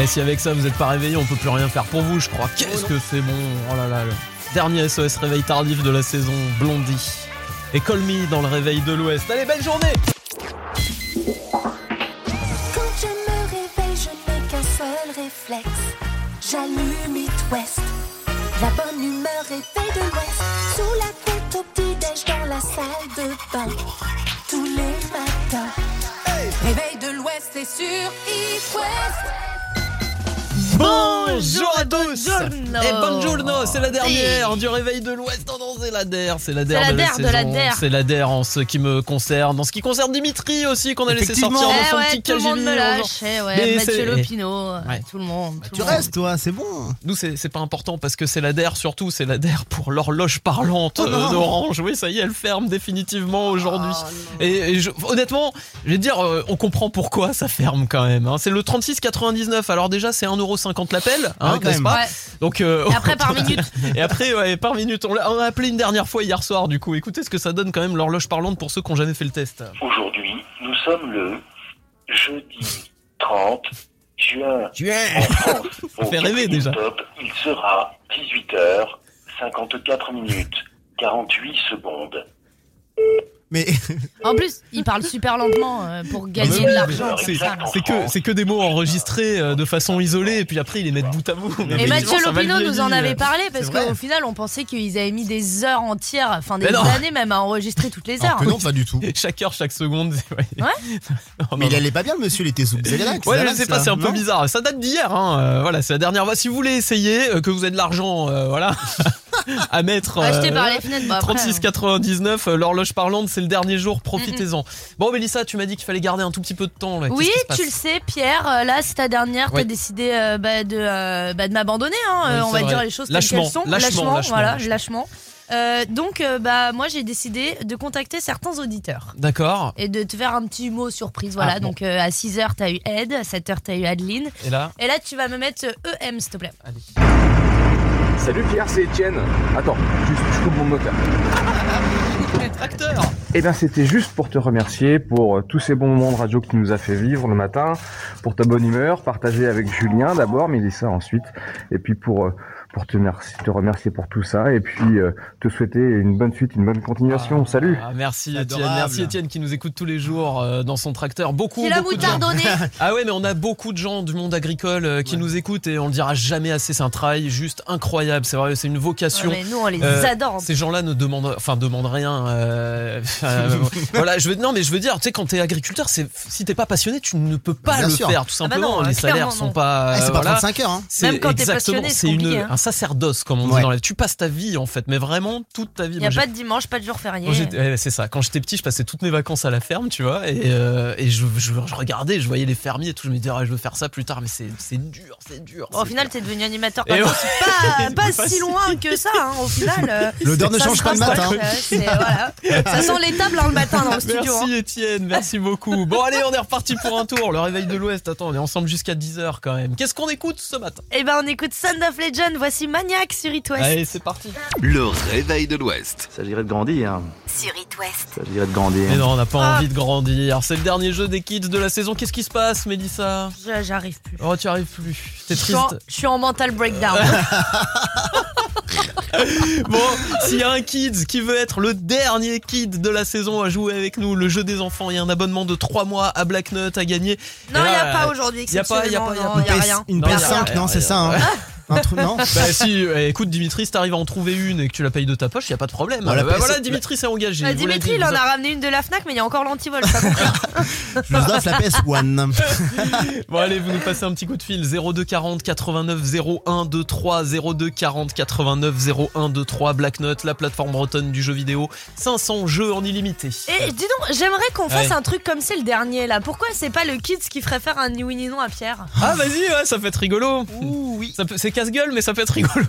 Speaker 3: Et Eh, si avec ça vous n'êtes pas réveillé, on peut plus rien faire pour vous, je crois. Qu'est-ce que c'est bon Oh là là, le dernier SOS réveil tardif de la saison, Blondie. Et Call Me dans le réveil de l'Ouest. Allez, belle journée
Speaker 1: Quand je me réveille, je n'ai qu'un seul réflexe. J'allume It West. La bonne humeur éveille de l'Ouest. Sous la tête au petit-déj dans la salle de bain. Tous les matins. Réveil de l'Ouest, c'est sur It West.
Speaker 3: Bonjour à tous
Speaker 2: Buongiorno.
Speaker 3: Et bonjour, Eh, c'est la dernière du réveil de l'Ouest. Non, non, c'est la der, c'est la der
Speaker 2: C'est la
Speaker 3: de la
Speaker 2: der de la
Speaker 3: saison.
Speaker 2: der.
Speaker 3: C'est la der en ce qui me concerne, en ce qui concerne Dimitri aussi qu'on a laissé sortir
Speaker 2: Effectivement.
Speaker 3: dans
Speaker 2: Eh
Speaker 3: son
Speaker 2: ouais,
Speaker 3: petit
Speaker 2: tout le monde
Speaker 3: KGB
Speaker 2: me
Speaker 3: aujourd'hui.
Speaker 2: lâche, eh ouais,
Speaker 3: Mais
Speaker 2: Mathieu
Speaker 3: c'est-
Speaker 2: Lopino,
Speaker 3: Ouais. Bah,
Speaker 2: tout le monde. tout
Speaker 3: Tu
Speaker 2: le monde.
Speaker 3: restes,
Speaker 6: toi, c'est bon.
Speaker 3: Nous, c'est c'est pas important parce que c'est la DER surtout, c'est la DER pour l'horloge parlante
Speaker 7: Oh
Speaker 3: euh,
Speaker 7: non.
Speaker 3: d'Orange. Oui, ça y est, elle ferme définitivement
Speaker 7: Oh,
Speaker 3: aujourd'hui. et et je- honnêtement, je vais te dire, euh, on comprend pourquoi ça ferme quand même. hein. C'est le 36,99. Alors déjà, c'est 1,50€ l'appel,
Speaker 7: Ah
Speaker 3: hein,
Speaker 7: ouais, quand
Speaker 3: n'est-ce
Speaker 7: même.
Speaker 3: pas
Speaker 7: Ouais.
Speaker 3: Donc, euh,
Speaker 7: Et après, par minute.
Speaker 3: [laughs] et après, ouais, par minute. On l'a on a appelé une dernière fois hier soir, du coup. Écoutez ce que ça donne quand même l'horloge parlante pour ceux qui n'ont jamais fait le test.
Speaker 16: Aujourd'hui, nous sommes le jeudi
Speaker 19: [laughs]
Speaker 16: 30 juin. En
Speaker 3: [laughs]
Speaker 16: France, au
Speaker 3: fait rêver,
Speaker 16: Capitole
Speaker 3: déjà.
Speaker 16: Top, il sera 18h54 minutes 48 secondes.
Speaker 6: Mais
Speaker 2: En plus, il parle super lentement euh, pour gagner
Speaker 3: Ah bah
Speaker 2: de
Speaker 3: oui,
Speaker 2: l'argent.
Speaker 3: mais C'est
Speaker 2: comme ça.
Speaker 3: c'est que, c'est que des mots enregistrés euh, de façon isolée et puis après ils les mettent bout à bout.
Speaker 2: Et Mathieu Lopino
Speaker 3: Lopino
Speaker 2: nous en
Speaker 3: euh.
Speaker 2: avait parlé parce
Speaker 3: vrai.
Speaker 2: qu'au final, on pensait qu'ils avaient mis des heures entières, enfin des
Speaker 3: Mais non.
Speaker 2: années même, à enregistrer toutes les heures.
Speaker 6: pas du tout.
Speaker 3: [laughs] Chaque heure, chaque seconde. Ouais. [laughs]
Speaker 6: Mais il allait pas bien, le monsieur, il était sous Xanax,
Speaker 3: Ouais, je
Speaker 6: Xanax,
Speaker 3: sais pas,
Speaker 6: là.
Speaker 3: c'est un peu
Speaker 6: Non
Speaker 3: bizarre. Ça date d'hier, hein. euh, voilà, c'est la dernière fois. Si vous voulez essayer, euh, que vous avez de l'argent, euh,
Speaker 2: [laughs]
Speaker 3: voilà, à mettre.
Speaker 2: Acheté
Speaker 3: euh,
Speaker 2: par les fenêtres, bah, après,
Speaker 3: 36,99, euh, l'horloge parlante, c'est le dernier jour, profitez-en. Bon, Mélissa, tu m'as dit qu'il fallait garder un tout petit peu de temps. Là.
Speaker 2: Oui,
Speaker 3: Qu'est-ce qui se passe
Speaker 2: tu le sais, Pierre. euh, Là, c'est ta dernière.
Speaker 3: Ouais.
Speaker 2: T'as décidé euh, bah, de, euh, bah, de m'abandonner. hein, euh,
Speaker 3: Oui,
Speaker 2: on
Speaker 3: c'est
Speaker 2: va
Speaker 3: vrai.
Speaker 2: dire les choses telles
Speaker 3: Lâchement,
Speaker 2: qu'elles sont.
Speaker 3: lâchement, lâchement,
Speaker 2: voilà,
Speaker 3: lâchement.
Speaker 2: lâchement. Euh, donc, euh, bah, moi, j'ai décidé de contacter certains auditeurs
Speaker 3: D'accord.
Speaker 2: et de te faire un petit mot surprise. Voilà.
Speaker 3: Ah, bon.
Speaker 2: Donc, euh, à 6 h t'as eu Ed, à 7 h t'as eu Adeline.
Speaker 3: Et là
Speaker 2: Et là, tu vas me mettre euh, EM, s'il te plaît.
Speaker 20: Salut Pierre, c'est Étienne. Attends, juste, je coupe mon moteur.
Speaker 3: Tracteur
Speaker 20: Eh bien, c'était juste pour te remercier pour euh, tous ces bons moments de radio que tu nous as fait vivre le matin, pour ta bonne humeur, partagée avec Julien d'abord, Mélissa ensuite, et puis pour, euh, pour te, merci- te remercier pour tout ça, et puis euh, te souhaiter une bonne suite, une bonne continuation. Salut
Speaker 3: Ah, merci Étienne,
Speaker 20: Adorable.
Speaker 3: merci Étienne qui nous écoute tous les jours euh, dans son tracteur. Beaucoup,
Speaker 2: Qui l'a
Speaker 3: beaucoup de gens.
Speaker 2: moutardonné.
Speaker 3: [laughs] ah ouais, mais on a beaucoup de gens du monde agricole euh, qui nous écoutent et on le dira jamais assez. C'est un travail juste incroyable. C'est vrai, c'est une vocation. Euh,
Speaker 2: Ouais, mais nous, on les adore.
Speaker 3: Ces gens-là ne demandent, enfin, demandent rien. euh, [laughs] euh,
Speaker 6: [laughs]
Speaker 3: voilà, je veux non, mais je veux dire, tu sais, quand t'es agriculteur, c'est si t'es pas passionné, tu ne peux pas
Speaker 6: Bien
Speaker 3: le
Speaker 6: sûr.
Speaker 3: faire, tout
Speaker 6: Ah bah
Speaker 3: simplement.
Speaker 6: non,
Speaker 3: les
Speaker 6: clairement,
Speaker 3: salaires
Speaker 6: non.
Speaker 3: sont pas. euh,
Speaker 6: Ah, c'est pas
Speaker 3: voilà.
Speaker 6: 35 heures, hein.
Speaker 3: C'est
Speaker 6: Même quand t'es
Speaker 3: exactement,
Speaker 2: passionné, c'est
Speaker 3: une
Speaker 2: compliqué, hein.
Speaker 3: un sacerdoce, comme on
Speaker 6: Ouais.
Speaker 3: dit dans la. Tu passes ta vie en fait, mais vraiment toute ta vie.
Speaker 2: Il n'y
Speaker 3: Moi,
Speaker 2: a
Speaker 3: j'ai-
Speaker 2: pas de dimanche, pas de jour férié.
Speaker 3: quand Oh, j'étais- ouais, c'est ça. Quand j'étais petit, je passais toutes mes vacances à la ferme, tu vois, et, euh, et je, je- je regardais, je voyais les fermiers et tout. Je me disais, Ah, je veux faire ça plus tard, mais c'est c'est
Speaker 2: [laughs]
Speaker 3: dur, c'est dur.
Speaker 2: Au final, t'es devenu animateur.
Speaker 3: Et
Speaker 2: patron,
Speaker 3: ouais. [laughs]
Speaker 2: c'est pas, pas
Speaker 3: Pas
Speaker 2: si
Speaker 3: si- [laughs]
Speaker 2: loin que ça, hein, au final. euh,
Speaker 6: [laughs] L'odeur ne
Speaker 2: ça
Speaker 6: change
Speaker 2: se
Speaker 6: pas le
Speaker 2: constate,
Speaker 6: matin.
Speaker 2: euh, c'est- voilà. Ça sent les tables hein, le matin dans le studio.
Speaker 3: Merci
Speaker 2: hein.
Speaker 3: Étienne, merci beaucoup. Bon, allez, on est reparti pour un tour. Le réveil de l'Ouest, attends, on est ensemble jusqu'à 10h quand même. Qu'est-ce qu'on écoute ce matin
Speaker 2: Eh ben, on écoute Sound of Legend. Voici Maniac sur It West.
Speaker 3: Allez, c'est parti.
Speaker 12: Le réveil de l'Ouest.
Speaker 16: Ça dirait de grandir.
Speaker 2: Sur It West.
Speaker 16: Ça dirait de grandir.
Speaker 3: Mais non, on n'a
Speaker 2: Ah.
Speaker 3: pas envie de grandir. C'est le dernier jeu des kids de la saison. Qu'est-ce qui se passe, Mélissa
Speaker 2: Je- J'arrive plus.
Speaker 3: Oh, tu arrives plus. T'es
Speaker 2: Je suis en-
Speaker 3: triste.
Speaker 2: Je suis en
Speaker 3: [laughs]
Speaker 2: mental breakdown.
Speaker 3: Bon, s'il y a un kids qui veut être le dernier kid de la saison à jouer avec nous, le jeu des enfants, il y a un abonnement de 3 mois à Black Nut à gagner.
Speaker 2: Non,
Speaker 3: Et
Speaker 2: il n'y a
Speaker 3: là,
Speaker 2: pas aujourd'hui.
Speaker 3: Il y a pas, il y a pas, il y a
Speaker 2: exceptionnellement,
Speaker 3: pas.
Speaker 2: non, il y a rien.
Speaker 6: Une
Speaker 3: Non, y a
Speaker 6: PS5,
Speaker 3: rien,
Speaker 6: non, c'est
Speaker 3: y a
Speaker 6: ça, hein.
Speaker 3: rien.
Speaker 6: Un truc, non
Speaker 3: [laughs] Bah si, euh, écoute Dimitri, si t'arrives à en trouver une et que tu la payes de ta poche, il y a pas de problème.
Speaker 6: Voilà,
Speaker 3: Bah,
Speaker 6: parce-
Speaker 3: voilà, Dimitri s'est engagé.
Speaker 2: Bah,
Speaker 3: il vous l'a
Speaker 2: Dimitri,
Speaker 3: dit,
Speaker 2: il en
Speaker 3: vous
Speaker 2: a ramené une de la Fnac, mais il y a encore l'antivol.
Speaker 3: [laughs]
Speaker 2: ça compte.
Speaker 6: Je vous offre la PS1.
Speaker 3: [laughs] Bon allez, vous nous passez un petit coup de fil 02 40 89 01 23 02 40 89 01 23 Black Note, la plateforme bretonne du jeu vidéo, 500 jeux en illimité.
Speaker 2: Et dis donc, j'aimerais qu'on fasse
Speaker 3: Ouais.
Speaker 2: un truc comme c'est le dernier là. Pourquoi c'est pas le kids qui ferait faire un ni oui ni non à Pierre
Speaker 3: Ah vas-y, ouais, ça peut être rigolo. Ça peut- c'est casse-gueule, mais ça peut
Speaker 6: [laughs]
Speaker 3: être rigolo.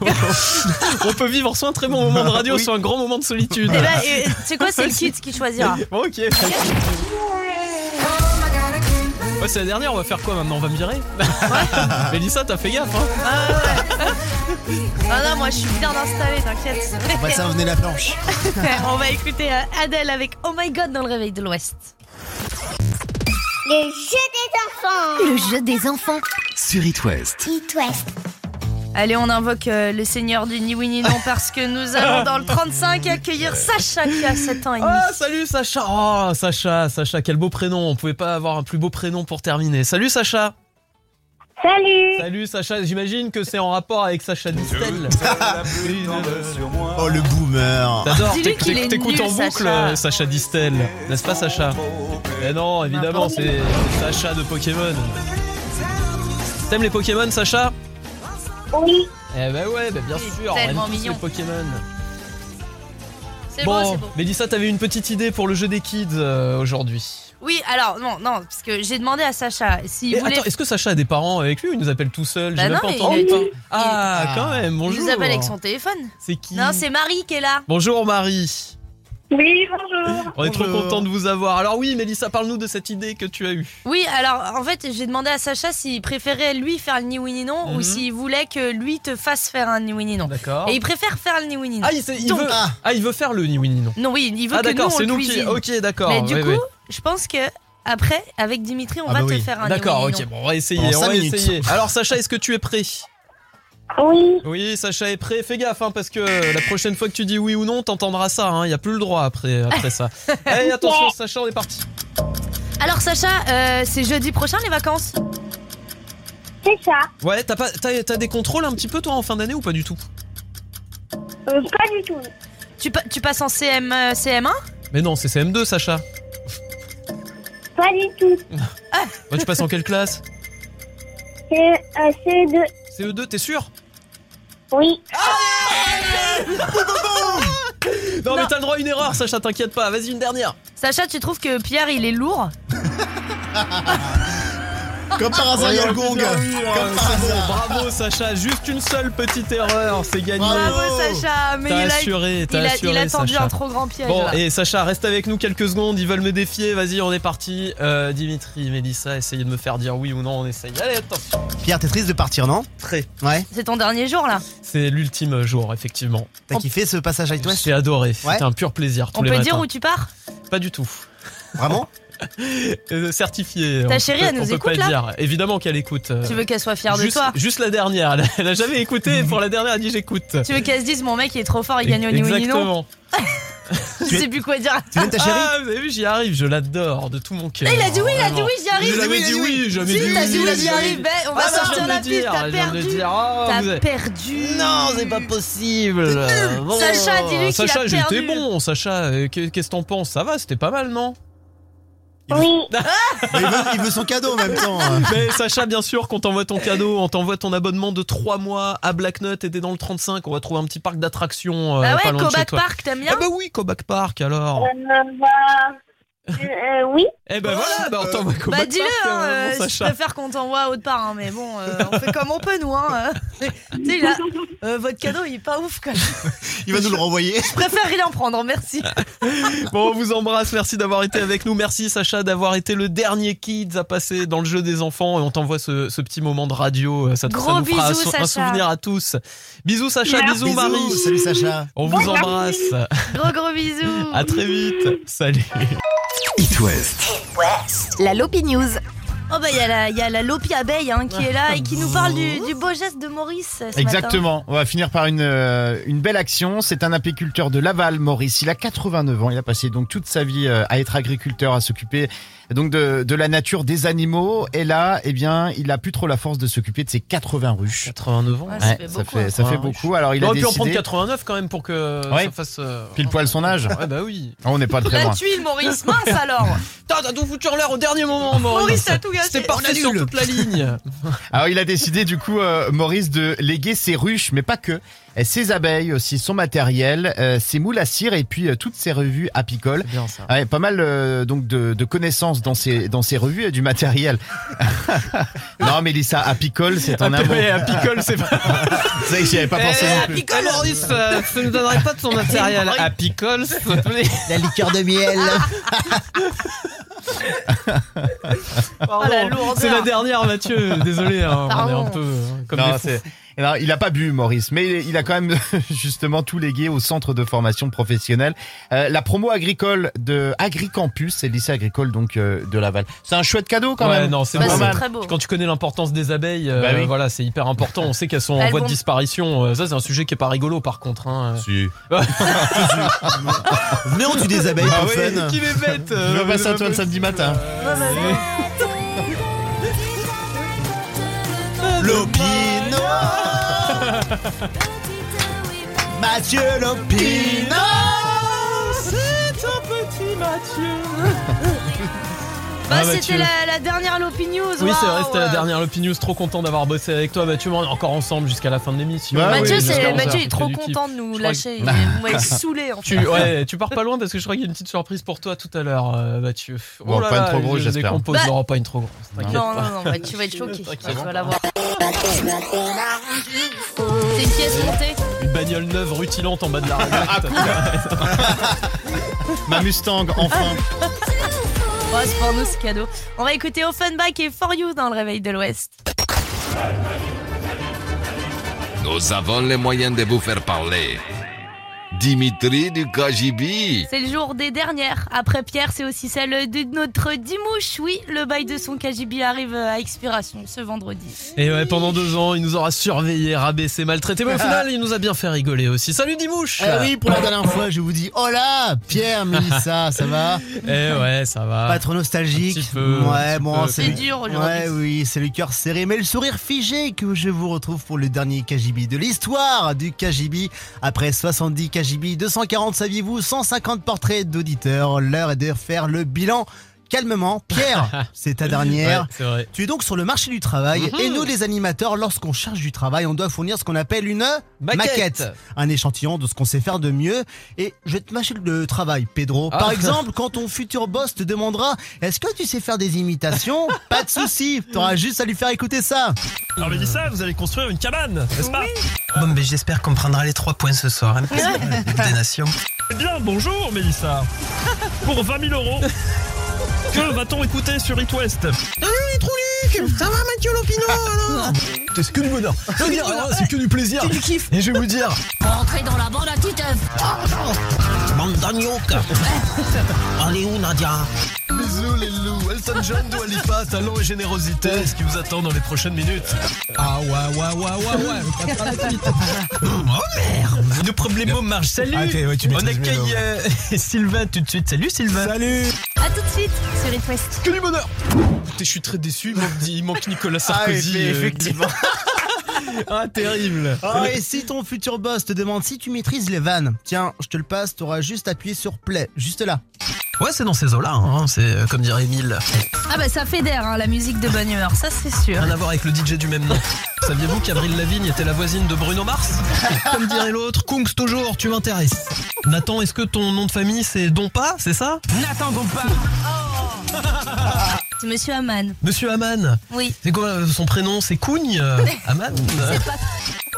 Speaker 3: On peut vivre soit un très bon moment de radio, soit un grand moment de solitude.
Speaker 2: Eh ben, et- c'est quoi C'est le kids qui choisira.
Speaker 3: [laughs]
Speaker 2: Oh
Speaker 3: Bon,
Speaker 2: [laughs]
Speaker 3: ok. Ouais, c'est la dernière, on va faire quoi maintenant On va me virer Mélissa, t'as fait gaffe, hein
Speaker 2: Ah non, moi je suis bien installée, t'inquiète.
Speaker 6: On
Speaker 3: bah,
Speaker 6: va s'invenir
Speaker 2: [laughs]
Speaker 6: la planche.
Speaker 2: On va écouter euh, Adèle avec Oh My God dans le réveil de l'Ouest.
Speaker 21: Le jeu des enfants.
Speaker 14: Le jeu des enfants.
Speaker 12: Sur It West.
Speaker 21: It West.
Speaker 2: Allez, on invoque euh, le seigneur du ni oui ni non parce que nous allons dans le 35 accueillir Sacha qui a 7 ans et demi.
Speaker 3: Ah, salut Sacha Oh, Sacha, Sacha, quel beau prénom On pouvait pas avoir un plus beau prénom pour terminer. Salut Sacha
Speaker 15: Salut
Speaker 3: Salut Sacha, j'imagine que c'est en rapport avec Sacha [laughs] Distel.
Speaker 6: Oh le boomer
Speaker 3: [laughs] T'adores,
Speaker 2: Dis-lui
Speaker 3: t'éc-
Speaker 2: qu'il
Speaker 3: t'éc-
Speaker 2: est
Speaker 3: t'écoutes en
Speaker 2: nul,
Speaker 3: boucle
Speaker 2: Sacha.
Speaker 3: euh, Sacha Distel, n'est-ce pas Sacha Eh non, évidemment, c'est Sacha de Pokémon. T'aimes les Pokémon, Sacha
Speaker 15: Oui.
Speaker 3: Eh ben ouais, ben bien
Speaker 2: Il est
Speaker 3: sûr,
Speaker 2: tellement
Speaker 3: on aime tous
Speaker 2: mignon.
Speaker 3: les Pokémon.
Speaker 2: C'est
Speaker 3: bon,
Speaker 2: bon, c'est bon.
Speaker 3: Mélissa, t'avais une petite idée pour le jeu des kids euh, aujourd'hui.
Speaker 2: Oui, alors non, non, parce que j'ai demandé à Sacha s'il
Speaker 3: Et
Speaker 2: voulait.
Speaker 3: Attends, est-ce que Sacha a des parents avec lui ou il nous appelle tout seul
Speaker 2: Bah
Speaker 3: J'ai
Speaker 2: non,
Speaker 3: même pas
Speaker 2: mais il
Speaker 3: entendu.
Speaker 2: est-
Speaker 3: putain.
Speaker 2: il est-
Speaker 3: Ah, quand même, bonjour.
Speaker 2: Il nous appelle avec son téléphone.
Speaker 3: C'est qui
Speaker 2: Non, c'est Marie qui est là.
Speaker 3: Bonjour Marie.
Speaker 15: Oui, bonjour.
Speaker 3: On est trop
Speaker 2: Bonjour.
Speaker 3: content de vous avoir. Alors oui, Mélissa, parle-nous de cette idée que tu as eue.
Speaker 2: Oui, alors en fait, j'ai demandé à Sacha s'il préférait lui faire le ni oui ni non ou
Speaker 3: Mhm.
Speaker 2: s'il voulait que lui te fasse faire un ni oui ni non.
Speaker 3: D'accord.
Speaker 2: Et il préfère faire le ni oui ni non.
Speaker 3: Ah, il, c'est- il
Speaker 2: Donc-
Speaker 3: veut... ah, il veut faire le ni oui ni non.
Speaker 2: Non, oui, il veut
Speaker 3: Ah,
Speaker 2: que nous
Speaker 3: d'accord,
Speaker 2: on
Speaker 3: c'est
Speaker 2: le
Speaker 3: nous qui-
Speaker 2: cuisine.
Speaker 3: ok, d'accord,
Speaker 2: Mais du
Speaker 3: oui,
Speaker 2: coup,
Speaker 3: oui.
Speaker 2: je pense que après, avec Dimitri, on
Speaker 3: Ah
Speaker 2: va
Speaker 3: bah
Speaker 2: te
Speaker 3: oui.
Speaker 2: faire un
Speaker 3: D'accord,
Speaker 2: ni oui
Speaker 3: ok,
Speaker 2: ni non.
Speaker 3: bon, on va essayer.
Speaker 6: Pendant
Speaker 3: on
Speaker 6: cinq
Speaker 3: va
Speaker 6: minutes.
Speaker 3: essayer. Alors Sacha, est-ce que tu es prêt
Speaker 15: Oui.
Speaker 3: Oui, Sacha est prêt. Fais gaffe, hein, parce que la prochaine fois que tu dis oui ou non, t'entendras ça. hein. Il n'y a plus le droit après, après
Speaker 2: [laughs]
Speaker 3: ça. Allez, Eh, attention, Sacha, on est parti.
Speaker 2: Alors Sacha, euh, c'est jeudi prochain les vacances
Speaker 15: C'est ça.
Speaker 3: Ouais, t'as pas, t'as, t'as des contrôles un petit peu toi en fin d'année ou pas du tout
Speaker 15: Euh, pas du tout.
Speaker 2: Tu, pa- tu passes en CM, euh, CM1
Speaker 3: Mais non, c'est CM2, Sacha.
Speaker 15: Pas du tout.
Speaker 3: Toi, tu passes en quelle classe
Speaker 15: C'est euh,
Speaker 2: E
Speaker 15: c'est de...
Speaker 3: CE2, t'es sûr Ah,
Speaker 15: Oui.
Speaker 3: non, mais
Speaker 2: Non.
Speaker 3: t'as le droit à une erreur, Sacha, t'inquiète pas. Vas-y, une dernière.
Speaker 2: Sacha, tu trouves que Pierre il est lourd
Speaker 6: Comme par hasard, il y a le gong. Comme par hasard.
Speaker 3: Bravo, Sacha. Juste une seule petite erreur, c'est gagné.
Speaker 2: Bravo Sacha, mais
Speaker 3: T'as
Speaker 2: il a,
Speaker 3: assuré, t'as
Speaker 2: il a-
Speaker 3: assuré,
Speaker 2: il a tendu
Speaker 3: Sacha.
Speaker 2: un trop grand piège.
Speaker 3: Bon,
Speaker 2: là.
Speaker 3: et Sacha, reste avec nous quelques secondes. Ils veulent me défier. Vas-y, on est parti. Euh, Dimitri, Mélissa, essayez de me faire dire oui ou non. On essaye. Allez, attention.
Speaker 6: Pierre, t'es triste de partir, non
Speaker 3: Très.
Speaker 6: Ouais.
Speaker 2: C'est ton dernier jour là.
Speaker 3: C'est l'ultime jour, effectivement.
Speaker 6: T'as kiffé ce passage à West
Speaker 3: J'ai adoré.
Speaker 6: Ouais.
Speaker 3: C'était un pur plaisir. Tous
Speaker 2: on
Speaker 3: les
Speaker 2: peut dire
Speaker 3: matins.
Speaker 2: où tu pars
Speaker 3: Pas du tout.
Speaker 6: Vraiment
Speaker 3: [laughs] Euh, certifié.
Speaker 2: Ta
Speaker 3: on
Speaker 2: chérie,
Speaker 3: peut-
Speaker 2: elle nous
Speaker 3: on peut
Speaker 2: écoute,
Speaker 3: pas
Speaker 2: là
Speaker 3: dire. Évidemment qu'elle écoute. euh,
Speaker 2: Tu veux qu'elle soit fière
Speaker 3: juste,
Speaker 2: de toi
Speaker 3: juste la dernière. Elle a- Elle a jamais écouté. et Pour la dernière, elle dit j'écoute.
Speaker 2: Tu veux qu'elle se dise mon mec il est trop fort, il gagne au ni oui ni non [laughs]
Speaker 3: Exactement.
Speaker 2: Je sais plus quoi dire.
Speaker 6: Tu viens de ta chérie
Speaker 3: Ah, vous avez vu, j'y arrive. Je l'adore de tout mon cœur.
Speaker 2: Ah, il a dit oui, il a dit
Speaker 3: Vraiment.
Speaker 2: oui, j'y arrive.
Speaker 3: Je l'avais dit oui, jamais
Speaker 2: Si,
Speaker 3: dit
Speaker 2: t'as
Speaker 3: oui,
Speaker 2: dit oui,
Speaker 3: jamais
Speaker 2: j'y arrive. Ben, on va
Speaker 3: Ah, bah, je
Speaker 2: sortir
Speaker 3: viens de
Speaker 2: la
Speaker 3: le
Speaker 2: piste,
Speaker 3: dire,
Speaker 2: t'as
Speaker 3: je viens de le
Speaker 2: perdu.
Speaker 3: dire. Oh, vous
Speaker 2: T'as
Speaker 3: avez-
Speaker 2: perdu.
Speaker 3: Non, c'est pas possible. Bon.
Speaker 2: Sacha, dis-lui qu'il
Speaker 3: Sacha,
Speaker 2: a
Speaker 3: j'étais
Speaker 2: perdu.
Speaker 3: bon. Sacha, euh, qu'est- qu'est-ce que t'en penses Ça va, c'était pas mal, non
Speaker 15: Oui.
Speaker 3: [laughs]
Speaker 6: Mais il, veut, il veut son cadeau en même temps. hein.
Speaker 3: Mais Sacha, bien sûr, qu'on t'envoie ton cadeau, on t'envoie ton abonnement de 3 mois à Black Nut et t'es dans le 35. On va trouver un petit parc d'attractions. euh,
Speaker 2: Bah
Speaker 3: pas
Speaker 2: ouais,
Speaker 3: loin de chez
Speaker 2: Koback
Speaker 3: toi.
Speaker 2: Park, t'aimes bien
Speaker 3: Ah bah oui, Koback Park alors.
Speaker 15: Euh, bah, euh, oui.
Speaker 3: Oh. Eh ben voilà, bah on t'envoie Koback
Speaker 2: Bah dis-le,
Speaker 3: Park,
Speaker 2: hein,
Speaker 3: euh,
Speaker 2: euh,
Speaker 3: mon
Speaker 2: je
Speaker 3: Sacha.
Speaker 2: préfère qu'on t'envoie autre part, hein, mais bon, euh, on fait comme on peut nous. Hein, [laughs] euh. Tu sais, là, euh, votre cadeau il est pas ouf quand même.
Speaker 6: Il va nous le renvoyer.
Speaker 2: Je préfère il en prendre,
Speaker 10: [laughs]
Speaker 2: merci.
Speaker 3: [laughs] Bon, on vous embrasse, merci d'avoir été avec nous. Merci Sacha d'avoir été le dernier kids à passer dans le jeu des enfants et on t'envoie ce, ce petit moment de radio. euh, Ça, te-
Speaker 2: Gros
Speaker 3: ça nous fera un,
Speaker 2: bisous,
Speaker 3: sou- un
Speaker 2: Sacha.
Speaker 3: souvenir à tous. Bisous Sacha,
Speaker 15: Merci.
Speaker 3: bisous Marie.
Speaker 6: Salut Sacha.
Speaker 3: On vous embrasse.
Speaker 2: Gros gros bisous.
Speaker 3: À très vite. Salut.
Speaker 12: It West.
Speaker 14: La Lopi News.
Speaker 2: Oh bah il y a la, il y a la Lopi abeille hein, qui est là et qui nous parle du, du beau geste de Maurice. euh, Ce Matin.
Speaker 11: Exactement. On va finir par une, euh, une belle action. C'est un apiculteur de Laval, Maurice. Il a 89 ans. Il a passé donc toute sa vie euh, à être agriculteur, à s'occuper donc de, de la nature, des animaux. Et là, eh bien, il a plus trop la force de s'occuper de ses 80 ruches.
Speaker 3: 89 ans.
Speaker 2: Ouais, ça fait
Speaker 11: ça
Speaker 2: beaucoup,
Speaker 11: fait,
Speaker 2: hein.
Speaker 11: ça fait
Speaker 3: 80
Speaker 11: beaucoup. Alors, il
Speaker 3: on
Speaker 11: a
Speaker 3: aurait pu en prendre
Speaker 11: décidé
Speaker 3: 89 quand même pour que
Speaker 11: Ouais.
Speaker 3: ça fasse. euh,
Speaker 11: pile poil son âge.
Speaker 3: Ouais, bah oui.
Speaker 11: On n'est pas très
Speaker 2: La
Speaker 11: loin.
Speaker 2: tuile Maurice, mince alors.
Speaker 3: Putain, [laughs] t'as tout foutu en l'air au dernier moment,
Speaker 2: Maurice
Speaker 3: Maurice.
Speaker 2: t'as tout gâché.
Speaker 3: C'était parfait sur toute [laughs] la ligne.
Speaker 11: Alors il a décidé du coup, euh, Maurice, de léguer ses ruches, mais pas que. Et ses abeilles aussi, son matériel, euh, ses moules à cire et puis euh, toutes ses revues apicoles.
Speaker 3: C'est bien ça.
Speaker 11: Ouais, pas mal euh, donc de, de connaissances dans ces dans ces revues et du
Speaker 3: [laughs]
Speaker 11: matériel. non, Mélissa, apicole, c'est un amour.
Speaker 3: Ah, Ouais, à picole, c'est pas.
Speaker 11: [laughs]
Speaker 3: Eh,
Speaker 11: C'est vrai que j'y avais pas pensé non plus.
Speaker 3: Apicole, Maurice, euh, ça ne donnerait pas
Speaker 6: [laughs]
Speaker 3: de son matériel. Apicole, s'il te plaît.
Speaker 6: La liqueur de
Speaker 3: [laughs]
Speaker 6: miel.
Speaker 2: la lourdeur.
Speaker 3: [laughs]
Speaker 2: Oh,
Speaker 3: c'est la dernière, Mathieu. Désolé, hein, on est
Speaker 2: Pardon.
Speaker 3: un peu hein, comme
Speaker 11: Non,
Speaker 3: des fous.
Speaker 11: c'est- Eh ben, il n'a pas bu, Maurice, mais il a quand même [laughs] justement tout légué au centre de formation professionnelle. Euh, la promo agricole de AgriCampus, c'est le lycée agricole donc euh, de Laval. C'est un chouette cadeau quand
Speaker 10: Ouais,
Speaker 11: même.
Speaker 10: non, c'est
Speaker 3: Bah,
Speaker 10: beau. Quand tu connais l'importance des abeilles, euh,
Speaker 11: Bah oui.
Speaker 10: voilà, c'est hyper important. On sait qu'elles sont en
Speaker 11: Elles
Speaker 10: voie de
Speaker 11: vont-
Speaker 10: disparition. Euh, Ça, c'est un sujet qui est pas rigolo, par contre. Hein.
Speaker 11: Si.
Speaker 2: Ah.
Speaker 6: [laughs]
Speaker 10: Venez,
Speaker 11: on tue des abeilles
Speaker 3: Ah
Speaker 11: pour fun.
Speaker 10: Qui les bête
Speaker 11: Je
Speaker 3: euh,
Speaker 11: vais passer à toi le samedi matin.
Speaker 10: bah,
Speaker 11: Lopino Mathieu Lopino
Speaker 10: C'est un petit
Speaker 2: Mathieu [laughs] Bah,
Speaker 10: Ah, Mathieu.
Speaker 2: c'était la, la dernière Lopinews.
Speaker 10: [laughs] Oui, c'est vrai,
Speaker 2: waouh.
Speaker 10: c'était la dernière Lopinius. Trop content d'avoir bossé avec toi, Mathieu. On est encore ensemble jusqu'à la fin de l'émission.
Speaker 3: Bah
Speaker 11: Bah
Speaker 2: Mathieu,
Speaker 10: Ouais,
Speaker 2: c'est-
Speaker 10: jusqu'à 11 heures,
Speaker 2: Mathieu est
Speaker 10: tu
Speaker 2: trop
Speaker 10: fais du kiff.
Speaker 2: content de nous
Speaker 10: Je crois
Speaker 2: lâcher.
Speaker 10: que- [laughs]
Speaker 2: [laughs] Il est- ouais, il est saoulé en fait.
Speaker 10: Tu, ouais, tu pars pas loin parce que je crois qu'il y a une petite surprise pour toi tout à l'heure, euh, Mathieu.
Speaker 11: Bon, pas une trop grosse,
Speaker 10: je
Speaker 11: j'espère.
Speaker 10: décompose.
Speaker 11: Bah-
Speaker 10: Non, pas une trop grosse. t'inquiète
Speaker 2: Non,
Speaker 10: pas.
Speaker 2: non, non, bah, tu vas
Speaker 10: [laughs]
Speaker 2: être choqué. Ouais, tu vas l'avoir. C'est une pièce montée.
Speaker 10: Une bagnole neuve rutilante en bas de la rédacte. [laughs]
Speaker 11: Ma Mustang, enfin.
Speaker 2: Oh, c'est pour nous ce cadeau. On va écouter Offenbach et For You dans le réveil de l'Ouest.
Speaker 12: Nous avons les moyens de vous faire parler. Dimitri du KGB.
Speaker 2: C'est le jour des dernières. Après Pierre, c'est aussi celle de notre Dimouche. Oui, le bail de son KGB arrive à expiration ce vendredi.
Speaker 10: Et ouais, pendant deux ans, il nous aura surveillé, rabaissé, maltraité. Mais au final, il nous a bien fait rigoler aussi. Salut Dimouche
Speaker 6: Ah oui, pour la dernière fois, je vous dis hola, Pierre, Mélissa, ça va
Speaker 10: Eh ouais, ça va.
Speaker 6: Pas trop nostalgique.
Speaker 10: Ah, Un petit peu, un
Speaker 6: ouais,
Speaker 10: petit
Speaker 6: bon,
Speaker 10: peu. C'est dur aujourd'hui.
Speaker 6: Ouais, oui, c'est le cœur serré, mais le sourire figé que je vous retrouve pour le dernier KGB de l'histoire du KGB. Après 70 KGB, 240 saviez-vous, 150 portraits d'auditeurs. L'heure est de faire le bilan. Calmement,
Speaker 10: [laughs]
Speaker 6: Pierre, c'est ta dernière.
Speaker 10: Ouais, c'est vrai.
Speaker 6: Tu es donc sur le marché du travail
Speaker 10: Mhm.
Speaker 6: et nous les animateurs, lorsqu'on cherche du travail, on doit fournir ce qu'on appelle une
Speaker 10: Maquette.
Speaker 6: un échantillon de ce qu'on sait faire de mieux. Et je vais te mâcher le travail, Pedro.
Speaker 10: Ah.
Speaker 6: Par exemple, quand ton futur boss te demandera Est-ce que tu sais faire des
Speaker 3: [laughs]
Speaker 6: imitations Pas de souci, t'auras juste à lui faire écouter ça.
Speaker 19: Alors Mélissa, vous allez construire une cabane, n'est-ce pas
Speaker 3: Bon, mais j'espère qu'on prendra les trois points ce soir. hein.
Speaker 19: Ouais.
Speaker 2: [laughs]
Speaker 3: Coupe des Nations.
Speaker 19: Eh bien, bonjour
Speaker 3: [laughs]
Speaker 19: Mélissa Pour 20 000 euros, que va-t-on écouter sur It West
Speaker 3: Salut les troulucs Euh, Ça va Mathieu Lopino alors C'est que du bonheur Ah, C'est
Speaker 19: du
Speaker 3: bonheur, c'est que du plaisir C'est du kiff Et je vais vous dire
Speaker 4: Entrez dans la bande à Titeuf.
Speaker 3: Bande [laughs] d'agnocs On est où Nadia Bisous les loups Elton John, Dua Lipa, talent et générosité Ce qui vous attend dans les prochaines minutes Ah ouais ouais ouais ouais ouais [laughs] Oh merde Le problème au marche, salut
Speaker 2: Ah, ok, ouais, tu
Speaker 3: On
Speaker 2: maîtrises bien,
Speaker 3: accueille
Speaker 2: ouais.
Speaker 3: euh, [laughs] Sylvain tout de suite, salut Sylvain Salut
Speaker 2: À tout de suite sur It West.
Speaker 10: Que du bonheur Écoutez, je suis très déçu. Il manque, il manque Nicolas
Speaker 6: Ah,
Speaker 10: Sarkozy.
Speaker 6: mais
Speaker 10: euh,
Speaker 6: effectivement.
Speaker 10: [laughs] ah, terrible.
Speaker 6: Ah, et si ton futur boss te demande si tu maîtrises les vannes, tiens, je te le passe, t'auras juste appuyé sur play, juste là.
Speaker 3: Ouais, c'est dans ces eaux-là, hein, c'est euh, comme dirait Emile.
Speaker 22: Ah bah ça fédère hein, la musique de bonne humeur, ça c'est sûr.
Speaker 3: Rien à voir avec le DJ du même nom. Saviez-vous qu'Avril Lavigne était la voisine de Bruno Mars Comme dirait l'autre, Kungs toujours, tu m'intéresses. Nathan, est-ce que ton nom de famille c'est Dompa, c'est ça Nathan Dompa
Speaker 2: Ah [laughs] C'est Monsieur Aman.
Speaker 3: Monsieur Aman
Speaker 2: Oui.
Speaker 3: C'est quoi euh, son prénom C'est Cougne
Speaker 2: [laughs]
Speaker 3: euh, Aman
Speaker 2: C'est pas-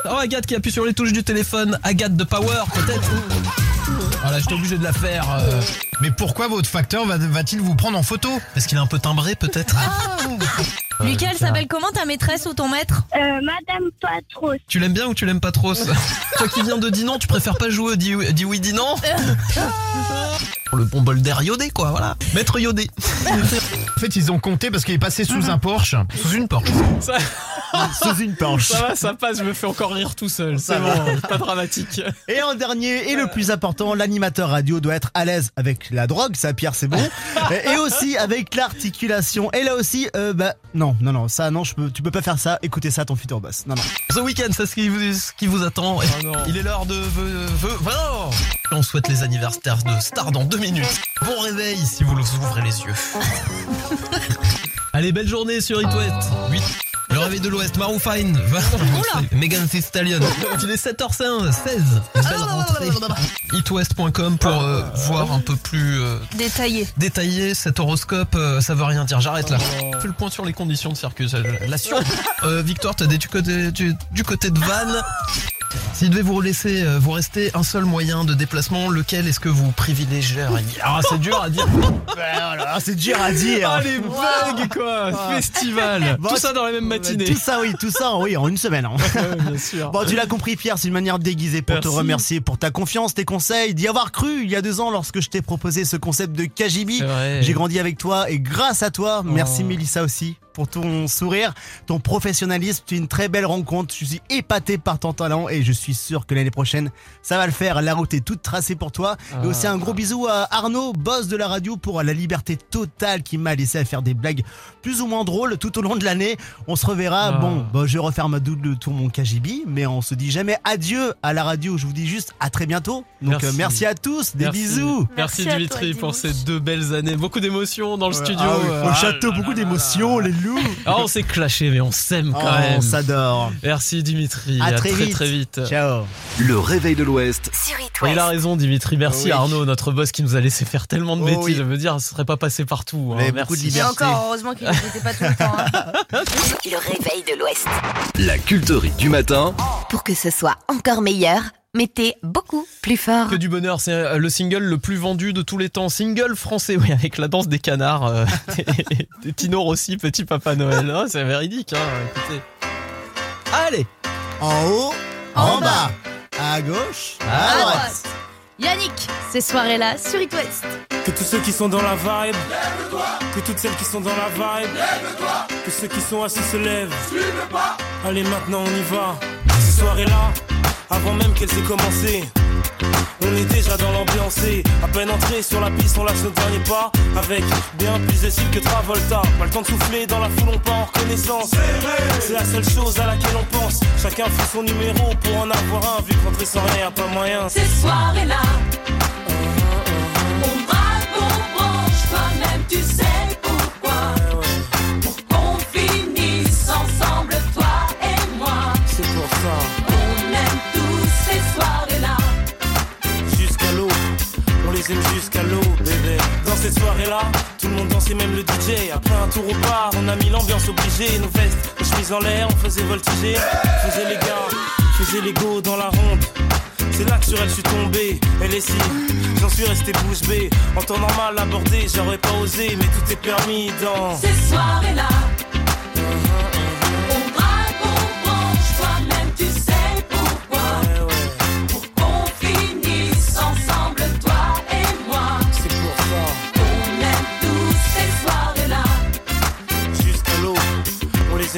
Speaker 3: Oh, Agathe qui appuie sur les touches du téléphone. Agathe de Power, peut-être Voilà, j'étais obligé de la faire. euh. Mais pourquoi votre facteur va-t-il vous prendre en photo Parce qu'il est un peu timbré, peut-être
Speaker 2: Ah. Lucas, elle s'appelle comment ta maîtresse ou ton maître
Speaker 23: Madame Patros.
Speaker 3: Tu l'aimes bien ou tu l'aimes pas trop
Speaker 2: [laughs]
Speaker 3: ça Toi qui viens de dis non, tu préfères pas jouer au dis, dis oui, dis non
Speaker 2: Euh.
Speaker 3: Le bon bol d'air iodé, quoi, voilà. Maître iodé.
Speaker 11: En fait, ils ont compté parce qu'il est passé sous un Porsche.
Speaker 3: Sous une Porsche.
Speaker 10: Ça...
Speaker 11: Sous une Porsche.
Speaker 10: Ça va, ça passe. Je me fais encore rire tout seul.
Speaker 6: Ça
Speaker 10: C'est
Speaker 6: va.
Speaker 10: bon, pas dramatique.
Speaker 6: Et en dernier, et le plus important, l'animateur radio doit être à l'aise avec la drogue, ça Pierre
Speaker 3: [laughs]
Speaker 6: c'est bon, et et aussi avec l'articulation. Et là aussi, euh, bah non, non, non, ça non, je peux, tu peux pas faire ça, écoutez ça à ton futur boss. Non, non.
Speaker 3: Ce week-end, c'est ce qui vous, ce qui vous attend. Il est l'heure de. vœux- vœux- vraiment. On souhaite les anniversaires de stars dans deux minutes. Bon réveil si vous ouvrez les yeux. Allez, belle journée sur It West. 8. Le réveil de l'Ouest, Maroon 5, Megan Thee Stallion. Il est 7h16. 16. Belle rentrée. Itwest.com pour euh, voir un peu plus euh,
Speaker 22: Détaillé.
Speaker 3: détaillé cet horoscope. euh, ça veut rien dire, j'arrête là. Oh. Fais le point sur les [laughs] conditions de circulation. Euh, Victor, t'as des du côté, du, du côté de Vannes.
Speaker 7: S'il devait vous laisser, euh, vous rester un seul moyen de déplacement, lequel est-ce que vous privilégieriez Ah, c'est dur à
Speaker 6: [laughs]
Speaker 7: dire.
Speaker 6: Ah, c'est dur à dire. Ah.
Speaker 3: Ah, les vagues, quoi. Festival.
Speaker 6: Bon,
Speaker 3: tout ça dans la même matinée.
Speaker 6: Tout ça, oui, tout ça, oui, en une semaine.
Speaker 3: [laughs]
Speaker 6: hein.
Speaker 3: Bien sûr.
Speaker 6: Bon, tu l'as compris, Pierre, c'est une manière déguisée pour te
Speaker 3: Merci.
Speaker 6: remercier pour ta confiance, tes conseils, d'y avoir cru il y a deux ans lorsque je t'ai proposé ce concept de Kajibi.
Speaker 3: C'est vrai. Oh.
Speaker 6: J'ai grandi avec toi et grâce à toi, merci Mélissa aussi pour ton sourire, ton professionnalisme. Tu es une très belle rencontre. Je suis épaté par ton talent et je suis sûr que l'année prochaine, ça va le faire. La route est toute tracée pour toi. Et
Speaker 3: Ah.
Speaker 6: aussi un gros bisou à Arnaud, boss de la radio, pour la liberté totale qui m'a laissé à faire des blagues plus ou moins drôles tout au long de l'année. On se reverra.
Speaker 3: Ah.
Speaker 6: Bon, bah, je referme à double tour mon KGB, mais on se dit jamais adieu à la radio. Je vous dis juste à très bientôt. Donc euh,
Speaker 3: Merci.
Speaker 6: merci, à tous. Des
Speaker 3: Merci.
Speaker 6: bisous.
Speaker 3: Merci,
Speaker 2: Merci à
Speaker 3: Dimitri
Speaker 2: toi,
Speaker 3: pour
Speaker 2: Dimitri.
Speaker 3: ces deux belles années. Beaucoup d'émotions dans le studio.
Speaker 6: Ah oui, au
Speaker 3: Ah,
Speaker 6: château, beaucoup d'émotions, les loups.
Speaker 3: Ah, on s'est clashé, mais on s'aime quand
Speaker 6: Oh,
Speaker 3: même.
Speaker 6: on s'adore.
Speaker 3: Merci Dimitri.
Speaker 6: À
Speaker 3: À,
Speaker 6: très
Speaker 3: très
Speaker 6: vite.
Speaker 3: très vite.
Speaker 6: Ciao.
Speaker 12: Le réveil de l'Ouest.
Speaker 3: Et Il a raison Dimitri. Merci
Speaker 6: Oui.
Speaker 3: Arnaud, notre boss qui nous a laissé faire tellement de
Speaker 6: Oh
Speaker 3: bêtises.
Speaker 6: oui.
Speaker 3: Je veux dire, ce serait pas passé partout. hein.
Speaker 6: Mais
Speaker 3: Merci.
Speaker 6: beaucoup de
Speaker 2: Et
Speaker 6: liberté.
Speaker 2: encore, heureusement qu'il n'était pas tout le temps. hein.
Speaker 14: [laughs] Le réveil de l'Ouest.
Speaker 12: La culterie du matin.
Speaker 14: Pour que ce soit encore meilleur, mettez beaucoup plus
Speaker 2: Ah.
Speaker 14: fort.
Speaker 3: Que du bonheur, c'est euh, le single le plus vendu de tous les temps. Single français, oui, avec la danse des canards. euh, [laughs] et- et Tino Rossi, petit Papa Noël. Hein, c'est véridique, hein, écoutez. Allez
Speaker 6: En haut, en, bas. à gauche, à,
Speaker 3: Ah,
Speaker 2: À
Speaker 6: droite.
Speaker 2: droite. Ah, Yannick, ces soirées-là sur It West.
Speaker 19: Que tous ceux qui sont dans la vibe, que toutes celles qui sont dans la vibe, que ceux qui sont assis se lèvent. Allez maintenant on y va. Ces soirées-là, avant même qu'elles aient commencé, on est déjà dans l'ambiance. et À peine entré sur la piste, on lâche nos derniers pas avec bien plus de cibles que Travolta. Pas le temps de souffler dans la foule, on part en reconnaissance. C'est la seule chose à laquelle on pense. Chacun fait son numéro pour en avoir un, vu qu'entrer sans rien, y a pas moyen.
Speaker 10: Ces soirées-là, on braque, on branche, toi-même tu sais pourquoi. Pour qu'on finisse ensemble, toi et moi.
Speaker 19: C'est pour ça.
Speaker 10: On aime tous ces soirées-là.
Speaker 19: jusqu'à l'eau. On les aime jusqu'à l'eau, bébé. Dans cette soirée-là, tout le monde dansait, même le DJ. Après un tour au bar, on a mis l'ambiance obligée. Nos vestes, nos chemises en l'air, on faisait voltiger. On faisait les gars, on faisait les go dans la ronde. C'est là que sur elle je suis tombé, elle est si. J'en suis resté bouche bée. En temps normal, l'aborder, j'aurais pas osé, mais tout est permis dans.
Speaker 10: Ces soirées-là, on braque, on branche, toi-même tu sais
Speaker 19: Eh
Speaker 10: pourquoi. Pour qu'on finisse ensemble, toi et moi.
Speaker 19: C'est pour ça.
Speaker 10: On aime tous ces soirées-là.
Speaker 19: jusqu'à l'eau. On les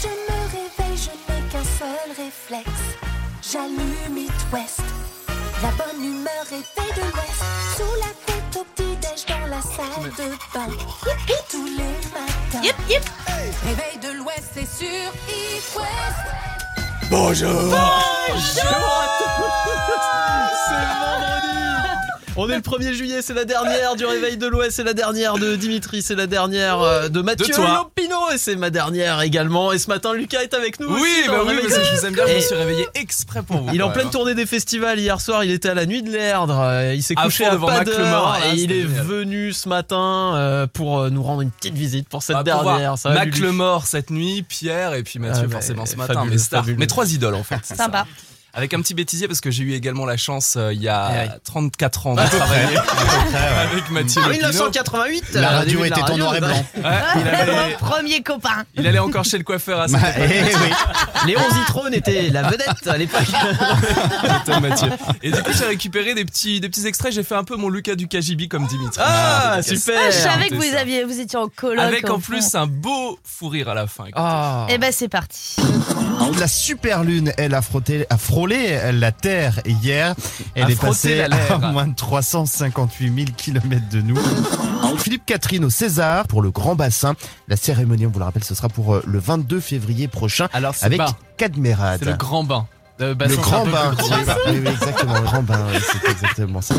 Speaker 1: je me réveille, je n'ai qu'un seul réflexe. J'allume It West. La bonne humeur est faite de l'Ouest. Sous salle de bain. Tous les matins. Réveil de l'Ouest, c'est sur It West.
Speaker 4: Oh,
Speaker 3: Bonjour Bonjour à tous C'est vendredi On est le 1er juillet, c'est la dernière du Réveil de l'Ouest, c'est la dernière de Dimitri, c'est la dernière euh, de Mathieu
Speaker 4: toi.
Speaker 3: Lopino et c'est ma dernière également. Et ce matin, Lucas est avec nous
Speaker 4: Oui,
Speaker 3: aussi dans
Speaker 4: bah
Speaker 3: le
Speaker 4: oui,
Speaker 3: Réveil
Speaker 4: parce
Speaker 3: de
Speaker 4: que je vous aime bien, je me
Speaker 3: Et
Speaker 4: suis réveillé exprès pour vous.
Speaker 3: Il est en
Speaker 4: Ouais,
Speaker 3: pleine
Speaker 4: hein.
Speaker 3: tournée des festivals. Hier soir, il était à la nuit de l'Erdre. euh, Il s'est
Speaker 4: À
Speaker 3: couché
Speaker 4: fond
Speaker 3: à
Speaker 4: devant
Speaker 3: pas
Speaker 4: Mac Le Mort,
Speaker 3: d'heure
Speaker 4: là,
Speaker 3: et il
Speaker 4: c'était
Speaker 3: est
Speaker 4: génial.
Speaker 3: venu ce matin euh, pour euh, nous rendre une petite visite pour cette
Speaker 4: Bah, pour voir
Speaker 3: dernière. Ça va,
Speaker 4: Mac
Speaker 3: Lulu
Speaker 4: Lemort cette nuit, Pierre et puis Mathieu
Speaker 3: Ah, bah,
Speaker 4: forcément ce
Speaker 3: euh,
Speaker 4: matin,
Speaker 3: fabuleux,
Speaker 4: mes stars,
Speaker 3: fabuleux.
Speaker 4: mes trois idoles en fait. c'est ça.
Speaker 2: Sympa.
Speaker 4: Avec un petit bêtisier parce que j'ai eu également la chance euh, il y a
Speaker 3: Eh oui.
Speaker 4: 34 ans de
Speaker 3: À peu près.
Speaker 4: travailler avec Mathieu.
Speaker 2: En
Speaker 4: Lopino.
Speaker 2: 1988,
Speaker 4: La radio
Speaker 2: euh, début de
Speaker 4: était en noir et
Speaker 2: bah.
Speaker 4: blanc.
Speaker 2: [laughs]
Speaker 4: Ouais, il avait-
Speaker 2: Premier copain.
Speaker 4: Il allait encore chez le coiffeur à cette
Speaker 3: Bah,
Speaker 4: époque.
Speaker 3: eh oui. Léon Zitrone était la vedette à l'époque.
Speaker 4: [laughs] Putain, Mathieu. Et du coup, j'ai récupéré des petits, des petits extraits. J'ai fait un peu mon Lucas du KGB comme Dimitri.
Speaker 3: Ah,
Speaker 4: Dédicace.
Speaker 3: super.
Speaker 2: Ah, je savais que
Speaker 4: C'était
Speaker 2: vous,
Speaker 4: ça.
Speaker 2: aviez, vous étiez en colloque.
Speaker 4: Avec en
Speaker 2: au fond.
Speaker 4: plus hein. un beau fou rire à la fin.
Speaker 3: Ah.
Speaker 2: Eh ben c'est parti.
Speaker 11: La super lune, elle a, frotté, a frôlé la Terre hier. Elle
Speaker 4: A
Speaker 11: est
Speaker 4: frotté
Speaker 11: passée
Speaker 4: la
Speaker 11: à
Speaker 4: Terre.
Speaker 11: moins de 358 000 km de nous. Philippe Catherine au César pour le Grand Bassin. La cérémonie, on vous le rappelle, ce sera pour euh, le 22 février prochain
Speaker 4: Alors, c'est
Speaker 11: avec
Speaker 4: pas-
Speaker 11: Cadmerade.
Speaker 4: C'est le grand bain. Euh, bah, Le,
Speaker 11: Le grand bain. bah,
Speaker 4: grand bain.
Speaker 11: Oui, oui, exactement, le grand bain, oui, c'est exactement ça.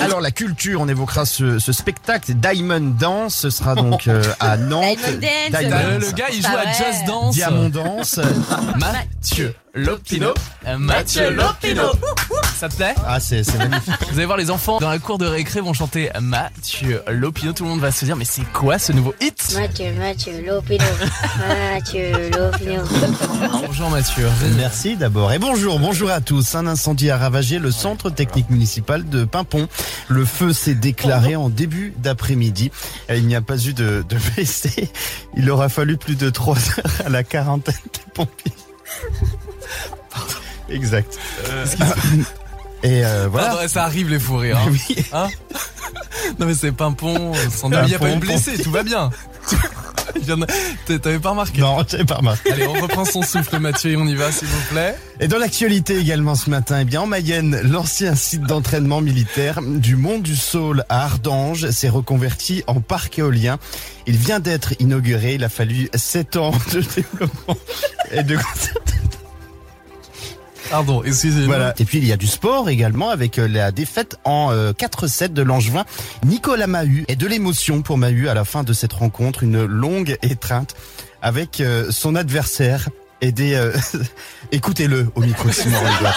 Speaker 11: Alors la culture, on évoquera ce, ce spectacle Diamond Dance, ce sera donc euh,
Speaker 4: [laughs]
Speaker 11: à Nantes.
Speaker 4: Diamond Dance. Euh, Le- le gars, il joue à Pas Jazz vrai. Dance.
Speaker 11: Diamond Dance.
Speaker 4: Mathieu Lopino. Mathieu Lopino. Ça te plaît
Speaker 11: Ah, c'est c'est magnifique.
Speaker 4: Vous allez voir, les enfants dans la cour de récré vont chanter Mathieu Lopino. Tout le monde va se dire, mais c'est quoi ce nouveau hit
Speaker 13: Mathieu, Mathieu, Lopino. Mathieu, Lopino.
Speaker 4: Bonjour Mathieu.
Speaker 11: Merci d'abord et bonjour, bonjour à tous. Un incendie a ravagé le centre technique municipal de Pimpon. Le feu s'est déclaré en début d'après-midi. Il n'y a pas eu de, de [laughs] blessés. Il aura fallu plus de trois heures à la quarantaine des pompiers. Exact. Et euh, voilà.
Speaker 4: Euh, Pardon, ça arrive les fous rires.
Speaker 11: [laughs]
Speaker 4: Hein. Hein non mais c'est Pimpon, euh, sans doute, il n'y a pas eu de
Speaker 11: Pimpon,
Speaker 4: blessé, tout va bien. [laughs] Il y en a- T'as- T'avais pas remarqué
Speaker 11: Non, j'avais pas remarqué.
Speaker 4: Allez, on reprend son souffle Mathieu et on y va s'il vous plaît.
Speaker 11: Et dans l'actualité également ce matin, eh bien en Mayenne, l'ancien site d'entraînement militaire du Mont du Saule à Ardange s'est reconverti en parc éolien. Il vient d'être inauguré, il a fallu 7 ans de [laughs] développement et de
Speaker 4: Pardon, excusez-moi.
Speaker 11: Voilà. Et puis il y a du sport également avec euh, la défaite en euh, 4-7 de Langevin. Nicolas Mahut et de l'émotion pour Mahut à la fin de cette rencontre, une longue étreinte avec euh, son adversaire. Et des euh, [laughs] écoutez-le au micro. Simon Rigol.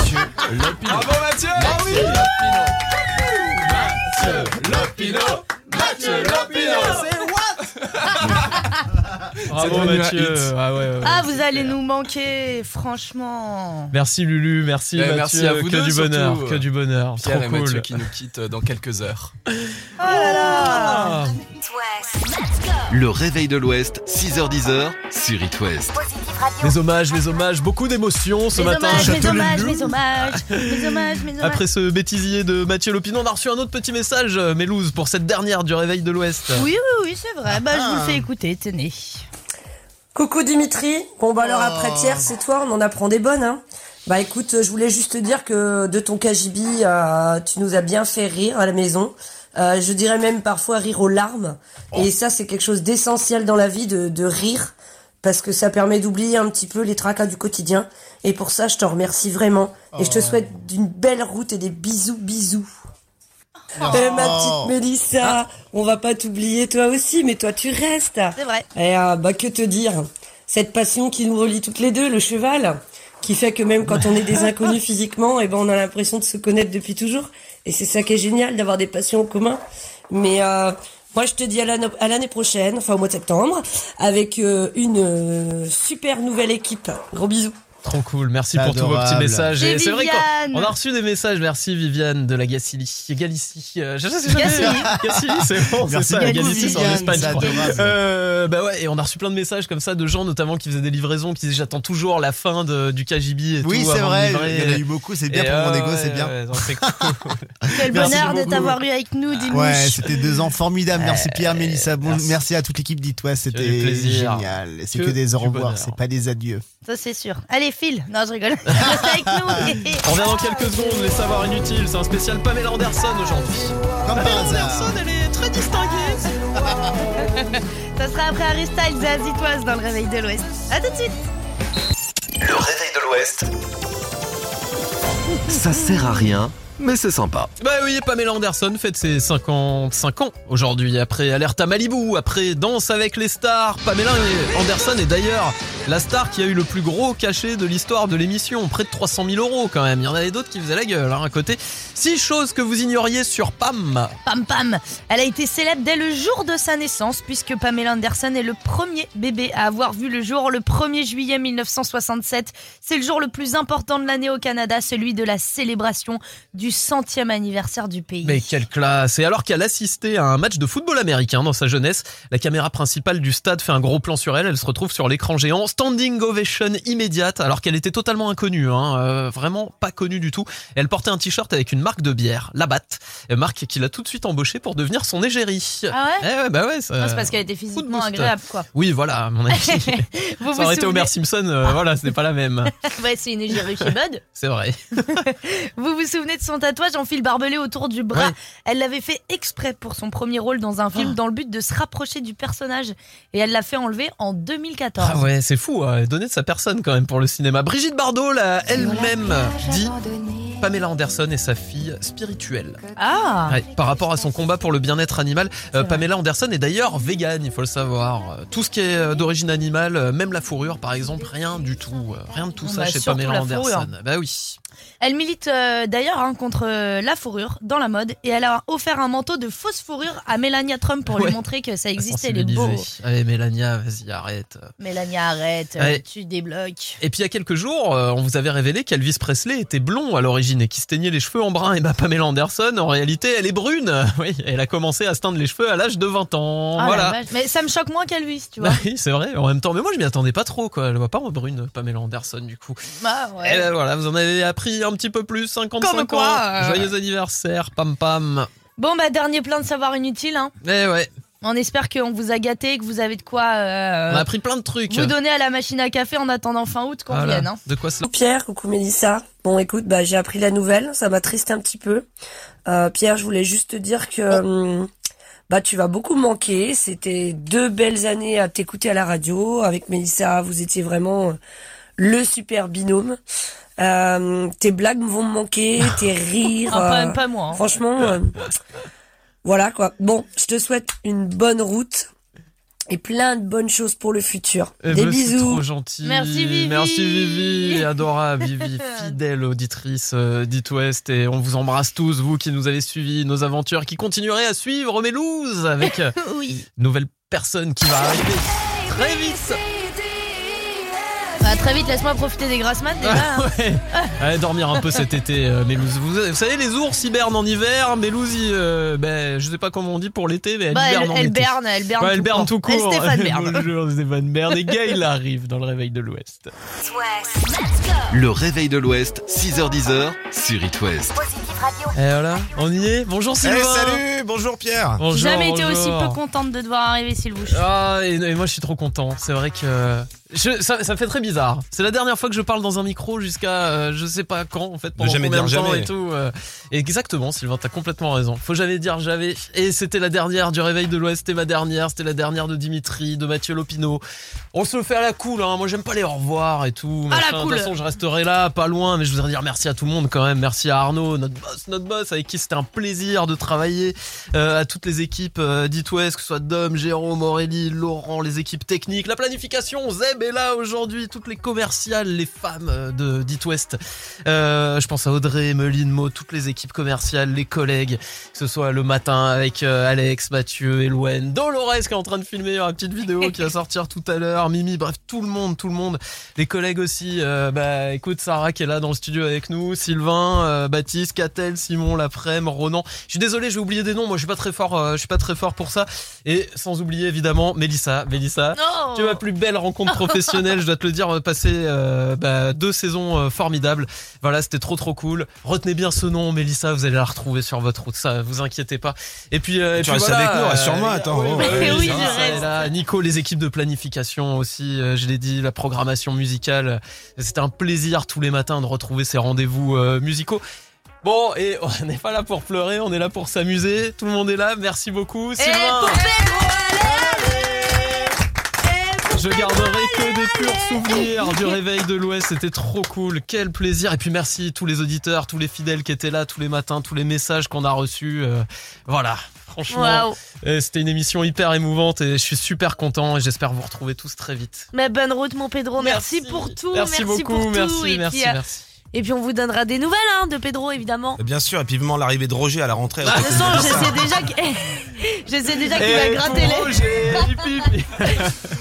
Speaker 4: Mathieu Lopino. Bravo Mathieu Ah oui Lopino Mathieu Lopino C'est
Speaker 3: Bravo
Speaker 4: devenu un
Speaker 3: Mathieu.
Speaker 4: hit.
Speaker 3: Ah ouais, ouais, ouais.
Speaker 2: Ah, vous allez nous manquer, franchement.
Speaker 3: Merci Lulu, merci
Speaker 4: Eh,
Speaker 3: Mathieu.
Speaker 4: merci à vous
Speaker 3: que
Speaker 4: deux
Speaker 3: du
Speaker 4: surtout. euh,
Speaker 3: bonheur, que du bonheur.
Speaker 4: Pierre et
Speaker 3: Trop cool.
Speaker 4: Mathieu qui nous quittent euh, dans quelques heures.
Speaker 2: Oh là là
Speaker 12: Le réveil de l'Ouest, 6h10 sur It West.
Speaker 3: Les hommages, les hommages, beaucoup d'émotions ce
Speaker 2: Mes
Speaker 3: matin.
Speaker 2: hommages, mes
Speaker 3: Châtelet
Speaker 2: hommages,
Speaker 3: Lulu.
Speaker 2: mes hommages, mes hommages, mes hommages.
Speaker 3: Après ce bêtisier de Mathieu Lopino, on a reçu un autre petit message, euh, Mélouse, pour cette dernière du Réveil de l'Ouest.
Speaker 2: Oui, oui, oui, c'est vrai. Bah, je vous fais écouter, tenez.
Speaker 17: Coucou Dimitri. Bon bah alors après Pierre, c'est toi, on en apprend des bonnes. Hein. Bah écoute, euh, je voulais juste te dire que de ton KGB, euh, tu nous as bien fait rire à la maison. Euh, je dirais même parfois rire aux larmes. Et ça, c'est quelque chose d'essentiel dans la vie, de, de rire, parce que ça permet d'oublier un petit peu les tracas du quotidien. Et pour ça, je te remercie vraiment. Et je te souhaite une belle route et des bisous, bisous. Eh, ma petite Mélissa, on va pas t'oublier toi aussi, mais toi tu restes.
Speaker 2: C'est vrai.
Speaker 17: Et euh, bah que te dire, cette passion qui nous relie toutes les deux, le cheval, qui fait que même quand on est des
Speaker 2: [laughs]
Speaker 17: inconnus physiquement, et ben on a l'impression de se connaître depuis toujours. Et c'est ça qui est génial d'avoir des passions en commun. Mais euh, moi je te dis à l'anno- à l'année prochaine, enfin au mois de septembre, avec euh, une euh, super nouvelle équipe. Gros bisous.
Speaker 3: Trop cool, merci pour tous vos
Speaker 11: Adorable.
Speaker 3: petits messages.
Speaker 17: Et
Speaker 3: Et c'est vrai
Speaker 17: Viviane.
Speaker 3: qu'on on a reçu des messages, merci Viviane de la Gacilly. Galicie, euh, je sais c'est
Speaker 2: Gacilly.
Speaker 3: Gacilly, c'est bon, c'est
Speaker 11: Merci
Speaker 3: ça, la
Speaker 11: beaucoup,
Speaker 3: Galicie c'est en
Speaker 11: Viviane,
Speaker 3: Espagne.
Speaker 11: c'est
Speaker 3: je crois.
Speaker 11: adorable.
Speaker 3: Euh, bah ouais, et on a reçu plein de messages comme ça de gens notamment qui faisaient des livraisons, qui disaient j'attends toujours la fin de- du KGB et tout.
Speaker 11: Oui, c'est
Speaker 3: avant de
Speaker 11: vrai,
Speaker 3: livrer.
Speaker 11: il y en a eu beaucoup, c'est bien
Speaker 3: Et
Speaker 11: pour mon
Speaker 3: ouais,
Speaker 11: ego, c'est
Speaker 3: ouais,
Speaker 11: bien.
Speaker 3: ouais, non, c'est cool.
Speaker 2: Quel
Speaker 3: Merci
Speaker 2: bonheur de
Speaker 3: beaucoup.
Speaker 2: t'avoir eu avec nous, Dimitri.
Speaker 11: Ouais, c'était deux ans formidables. Merci Pierre, Mélissa. Bon,
Speaker 3: Euh, merci.
Speaker 11: merci. à toute l'équipe d'Itois.
Speaker 3: du
Speaker 11: C'était
Speaker 3: plaisir.
Speaker 11: génial. C'est
Speaker 3: Que
Speaker 11: que, des au
Speaker 3: du
Speaker 11: revoir,
Speaker 3: bonheur.
Speaker 11: c'est pas des adieux.
Speaker 2: Ça, c'est sûr. Allez, file. Non, je rigole. [laughs] Reste
Speaker 3: [laughs]
Speaker 2: avec nous.
Speaker 3: On revient dans quelques secondes, les savoirs inutiles, c'est un spécial Pamela Anderson aujourd'hui.
Speaker 11: Comme
Speaker 3: Pamela
Speaker 11: par hasard.
Speaker 3: Anderson, elle est
Speaker 2: très distingué. [laughs] Ça sera après Harry Styles et Azitoise dans le réveil de l'Ouest. A tout de suite.
Speaker 12: Le réveil de l'Ouest. Ça sert à rien, mais c'est sympa.
Speaker 3: Bah oui, Pamela Anderson fête ses 55 ans aujourd'hui. Après Alerte à Malibu, après Danse avec les stars, Pamela Anderson est d'ailleurs la star qui a eu le plus gros cachet de l'histoire de l'émission. Près de 300 000 euros quand même. Il y en avait d'autres qui faisaient la gueule hein, à côté. Six choses que vous ignoriez sur Pam.
Speaker 2: Pam Pam. Elle a été célèbre dès le jour de sa naissance, puisque Pamela Anderson est le premier bébé à avoir vu le jour le 1er juillet 1967. C'est le jour le plus important de l'année au Canada, celui de la célébration du centième anniversaire du pays.
Speaker 3: Mais quelle classe Et alors qu'elle assistait à un match de football américain dans sa jeunesse, la caméra principale du stade fait un gros plan sur elle, elle se retrouve sur l'écran géant, standing ovation immédiate, alors qu'elle était totalement inconnue, hein, euh, vraiment pas connue du tout. Elle portait un t-shirt avec une marque de bière, la Batte, Et marque qui l'a tout de suite embauchée pour devenir son égérie.
Speaker 2: Ah ouais
Speaker 3: Eh ouais, bah ouais, ça-
Speaker 2: Non, C'est parce qu'elle était physiquement
Speaker 3: boost.
Speaker 2: agréable, quoi.
Speaker 3: Oui, voilà, à mon avis.
Speaker 2: [laughs] Vous
Speaker 3: ça aurait été
Speaker 2: souvenez-
Speaker 3: Homer Simpson, euh, voilà, ce n'est pas la même.
Speaker 2: [laughs] Ouais, c'est une égérie chez Bud.
Speaker 3: C'est vrai.
Speaker 2: Vous vous souvenez de son tatouage en fil barbelé autour du bras Elle l'avait fait exprès pour son premier rôle dans un
Speaker 3: Ah.
Speaker 2: film dans le but de se rapprocher du personnage. Et elle l'a fait enlever en 2014.
Speaker 3: Ah ouais, c'est fou, euh, donner de sa personne quand même pour le cinéma. Brigitte Bardot l'a elle-même dit Pamela Anderson est sa fille spirituelle.
Speaker 2: Ah
Speaker 3: Ouais, par rapport à son combat pour le bien-être animal, euh, Pamela Anderson est d'ailleurs végane, il faut le savoir. Euh, Tout ce qui est euh, d'origine animale, euh, même la fourrure par exemple, rien du tout. euh, Rien de tout
Speaker 2: Bon,
Speaker 3: ça
Speaker 2: bah,
Speaker 3: chez
Speaker 2: surtout
Speaker 3: Pamela
Speaker 2: la fourrure.
Speaker 3: Anderson. Bah oui.
Speaker 2: Elle milite euh, d'ailleurs hein, contre euh, la fourrure dans la mode et elle a offert un manteau de fausse fourrure à Melania Trump pour
Speaker 3: Ouais.
Speaker 2: lui montrer que ça existait, les
Speaker 3: Sensibiliser.
Speaker 2: beaux.
Speaker 3: Allez, Mélania, vas-y, arrête.
Speaker 2: Melania, arrête, euh,
Speaker 3: Ouais.
Speaker 2: tu débloques.
Speaker 3: Et puis il y a quelques jours, euh, on vous avait révélé qu'Elvis Presley était blond à l'origine et qu'il se teignait les cheveux en brun. Et bah Pamela Anderson, en réalité, elle est brune. [laughs] Oui, elle a commencé à se teindre les cheveux à l'âge de 20 ans.
Speaker 2: Ah, la
Speaker 3: voilà.
Speaker 2: vache. Mais ça me choque moins qu'Elvis, tu vois.
Speaker 3: Bah oui, c'est vrai. En même temps, mais moi je m'y attendais pas trop quoi. Je vois pas en brune Pamela Anderson du coup.
Speaker 2: Bah, ouais.
Speaker 3: Et ben voilà, vous en avez appris un petit peu plus, 55
Speaker 2: Comme quoi,
Speaker 3: ans.
Speaker 2: euh.
Speaker 3: Joyeux anniversaire, pam pam.
Speaker 2: Bon, bah, dernier plein de savoir inutile. Hein.
Speaker 3: Eh ouais,
Speaker 2: On espère qu'on vous a gâté, que vous avez de quoi euh,
Speaker 3: on a appris plein de trucs.
Speaker 2: vous donner à la machine à café en attendant fin août qu'on
Speaker 3: Voilà.
Speaker 2: vienne. hein.
Speaker 3: De quoi cela
Speaker 17: Coucou Pierre, coucou Mélissa. Bon, écoute, bah, j'ai appris la nouvelle, ça m'a triste un petit peu. Euh, Pierre, je voulais juste te dire
Speaker 2: Oh.
Speaker 17: que hum, bah, tu vas beaucoup manquer. C'était deux belles années à t'écouter à la radio. Avec Mélissa, vous étiez vraiment euh, le super binôme. Euh, tes blagues vont me manquer,
Speaker 3: [laughs]
Speaker 17: tes rires.
Speaker 2: Ah, pas-
Speaker 17: euh,
Speaker 2: pas moi, hein.
Speaker 17: Franchement, euh, voilà quoi. Bon, je te souhaite une bonne route et plein de bonnes choses pour le futur.
Speaker 3: Eh
Speaker 17: Des
Speaker 3: ben, c'est
Speaker 17: bisous.
Speaker 3: trop gentil.
Speaker 17: Merci, Vivi.
Speaker 3: Merci Vivi, adorable
Speaker 17: [laughs]
Speaker 3: Vivi, fidèle auditrice euh, d'It West et on vous embrasse tous vous qui nous avez suivis nos aventures qui continuerez à suivre Mélouse avec [laughs]
Speaker 17: [laughs]
Speaker 3: euh, une nouvelle personne qui va arriver. Très vite
Speaker 2: Bah, Très vite, laisse-moi profiter des Grassman déjà. hein.
Speaker 3: Ah, Ouais. Allez dormir un peu cet été, euh, Mélouse. Vous, vous savez, les ours hibernent en hiver, Mélouse, il, euh, ben, je sais pas comment on dit pour l'été, mais elle
Speaker 2: Bah, elle-
Speaker 3: hiberne en
Speaker 2: elle
Speaker 3: été.
Speaker 2: berne, elle berne
Speaker 3: Ouais, elle
Speaker 2: tout
Speaker 3: berne
Speaker 2: court.
Speaker 3: tout court.
Speaker 2: Et Stéphane
Speaker 3: [laughs]
Speaker 2: berne.
Speaker 3: Bonjour Stéphane Berne et Gaël arrive dans le réveil de l'Ouest.
Speaker 12: Le réveil de l'Ouest, 6h10 sur It West.
Speaker 3: Et voilà, on y est. Bonjour Sylvain.
Speaker 16: Eh, salut, bonjour Pierre.
Speaker 3: [laughs] Bonjour,
Speaker 2: Jamais été
Speaker 3: bonjour.
Speaker 2: aussi peu contente de devoir arriver, s'il vous plaît.
Speaker 3: Ah, et, et moi je suis trop content. C'est vrai que je- ça, ça me fait très bizarre. C'est la dernière fois que je parle dans un micro jusqu'à euh, je sais pas quand en fait pendant
Speaker 16: jamais
Speaker 3: combien de
Speaker 16: dire
Speaker 3: temps
Speaker 16: jamais.
Speaker 3: et tout. euh. Et exactement, Sylvain, t'as complètement raison. Faut jamais dire jamais. Et c'était la dernière du réveil de l'Ouest. C'était ma dernière. C'était la dernière de Dimitri, de Mathieu Lopino. On se le fait à la cool. Hein. Moi j'aime pas les au revoir et tout.
Speaker 2: À la
Speaker 3: machin. De
Speaker 2: cool.
Speaker 3: toute façon, je resterai là, pas loin. Mais je voudrais dire merci à tout le monde quand même. Merci à Arnaud, notre boss, notre boss, avec qui c'était un plaisir de travailler. Euh, à toutes les équipes euh, d'It West, que ce soit Dom, Jérôme, Aurélie, Laurent, les équipes techniques, la planification. Zeb est là aujourd'hui. Toutes les commerciales, les femmes euh, de d'It West. Euh, je pense à Audrey, Meline, Mo, toutes les équipes commerciales, les collègues, que ce soit le matin avec euh, Alex, Mathieu, Elouen, Dolores qui est en train de filmer une petite vidéo qui va sortir tout à l'heure, Mimi, bref, tout le monde, tout le monde. Les collègues aussi, euh, bah écoute, Sarah qui est là dans le studio avec nous, Sylvain, euh, Baptiste, Catel, Simon, Laprem, Ronan. Je suis désolé, j'ai oublié des noms, moi je suis pas très fort, euh, je suis pas très fort pour ça. Et sans oublier évidemment Mélissa, Mélissa,
Speaker 2: Non.
Speaker 3: tu es ma plus belle rencontre professionnelle, je dois te le dire, on a passé euh, bah, deux saisons euh, formidables. Voilà, c'était trop trop cool. Retenez bien ce nom, Mélissa, vous allez la retrouver sur votre route, ça, vous inquiétez pas. Et puis, euh, et
Speaker 16: Tu
Speaker 3: puis
Speaker 16: restes
Speaker 3: voilà,
Speaker 16: avec nous,
Speaker 3: euh,
Speaker 16: rassure-moi, attends.
Speaker 3: oui,
Speaker 16: Oh,
Speaker 3: bah
Speaker 16: ouais,
Speaker 3: oui,
Speaker 16: ça
Speaker 3: ça
Speaker 16: va.
Speaker 3: va, elle est là. Nico, les équipes de planification aussi, euh, je l'ai dit, la programmation musicale. C'était un plaisir tous les matins de retrouver ces rendez-vous euh, musicaux. Bon, et [laughs] on n'est pas là pour pleurer, on est là pour s'amuser. Tout le monde est là, merci beaucoup. Sylvain Je garderai que des purs souvenirs du réveil de l'Ouest, c'était trop cool, quel plaisir. Et puis merci tous les auditeurs, tous les fidèles qui étaient là tous les matins, tous les messages qu'on a reçus. euh, voilà, franchement,
Speaker 2: Waouh.
Speaker 3: euh, c'était une émission hyper émouvante et je suis super content et j'espère vous retrouver tous très vite.
Speaker 2: Mais bonne route, mon Pedro. Merci, pour tout.
Speaker 3: Merci
Speaker 2: Merci,
Speaker 3: beaucoup,
Speaker 2: pour tout.
Speaker 3: merci,
Speaker 2: et
Speaker 3: merci,
Speaker 2: puis, euh,
Speaker 3: merci.
Speaker 2: Et puis on vous donnera des nouvelles hein, de Pedro, évidemment.
Speaker 19: Euh, Bien sûr, et puis vivement l'arrivée de Roger à la rentrée.
Speaker 2: De
Speaker 3: [laughs]
Speaker 2: toute façon, je sais déjà que- [laughs] je sais déjà qu'il va
Speaker 19: Et
Speaker 2: gratter
Speaker 19: pour
Speaker 2: [laughs] les.
Speaker 19: [laughs]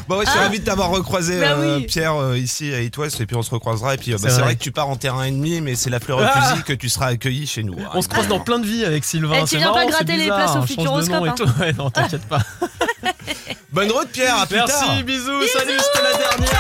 Speaker 19: Bon, ouais, je suis
Speaker 2: Ah.
Speaker 19: ravi de t'avoir recroisé,
Speaker 2: Bah
Speaker 19: euh,
Speaker 2: oui.
Speaker 19: Pierre, euh, ici à It West, et puis on se recroisera. Et puis, euh, bah,
Speaker 3: C'est
Speaker 19: c'est vrai.
Speaker 3: vrai
Speaker 19: que tu pars en terrain ennemi, mais c'est la fleur au
Speaker 3: Ah.
Speaker 19: fusil que tu seras accueilli chez
Speaker 2: [laughs]
Speaker 19: nous.
Speaker 3: On se croise dans plein de vies avec Sylvain.
Speaker 2: Eh, tu
Speaker 3: c'est
Speaker 2: viens pas
Speaker 3: marrant,
Speaker 2: gratter
Speaker 3: c'est
Speaker 2: les
Speaker 3: bizarre,
Speaker 2: places au
Speaker 3: on change de
Speaker 2: Futuroscope,
Speaker 3: nom et
Speaker 2: hein.
Speaker 3: [laughs] tout. Ouais, non, t'inquiète pas.
Speaker 19: Bonne route, Pierre, à plus
Speaker 3: Merci,
Speaker 19: tard.
Speaker 3: bisous, salut, c'était la dernière.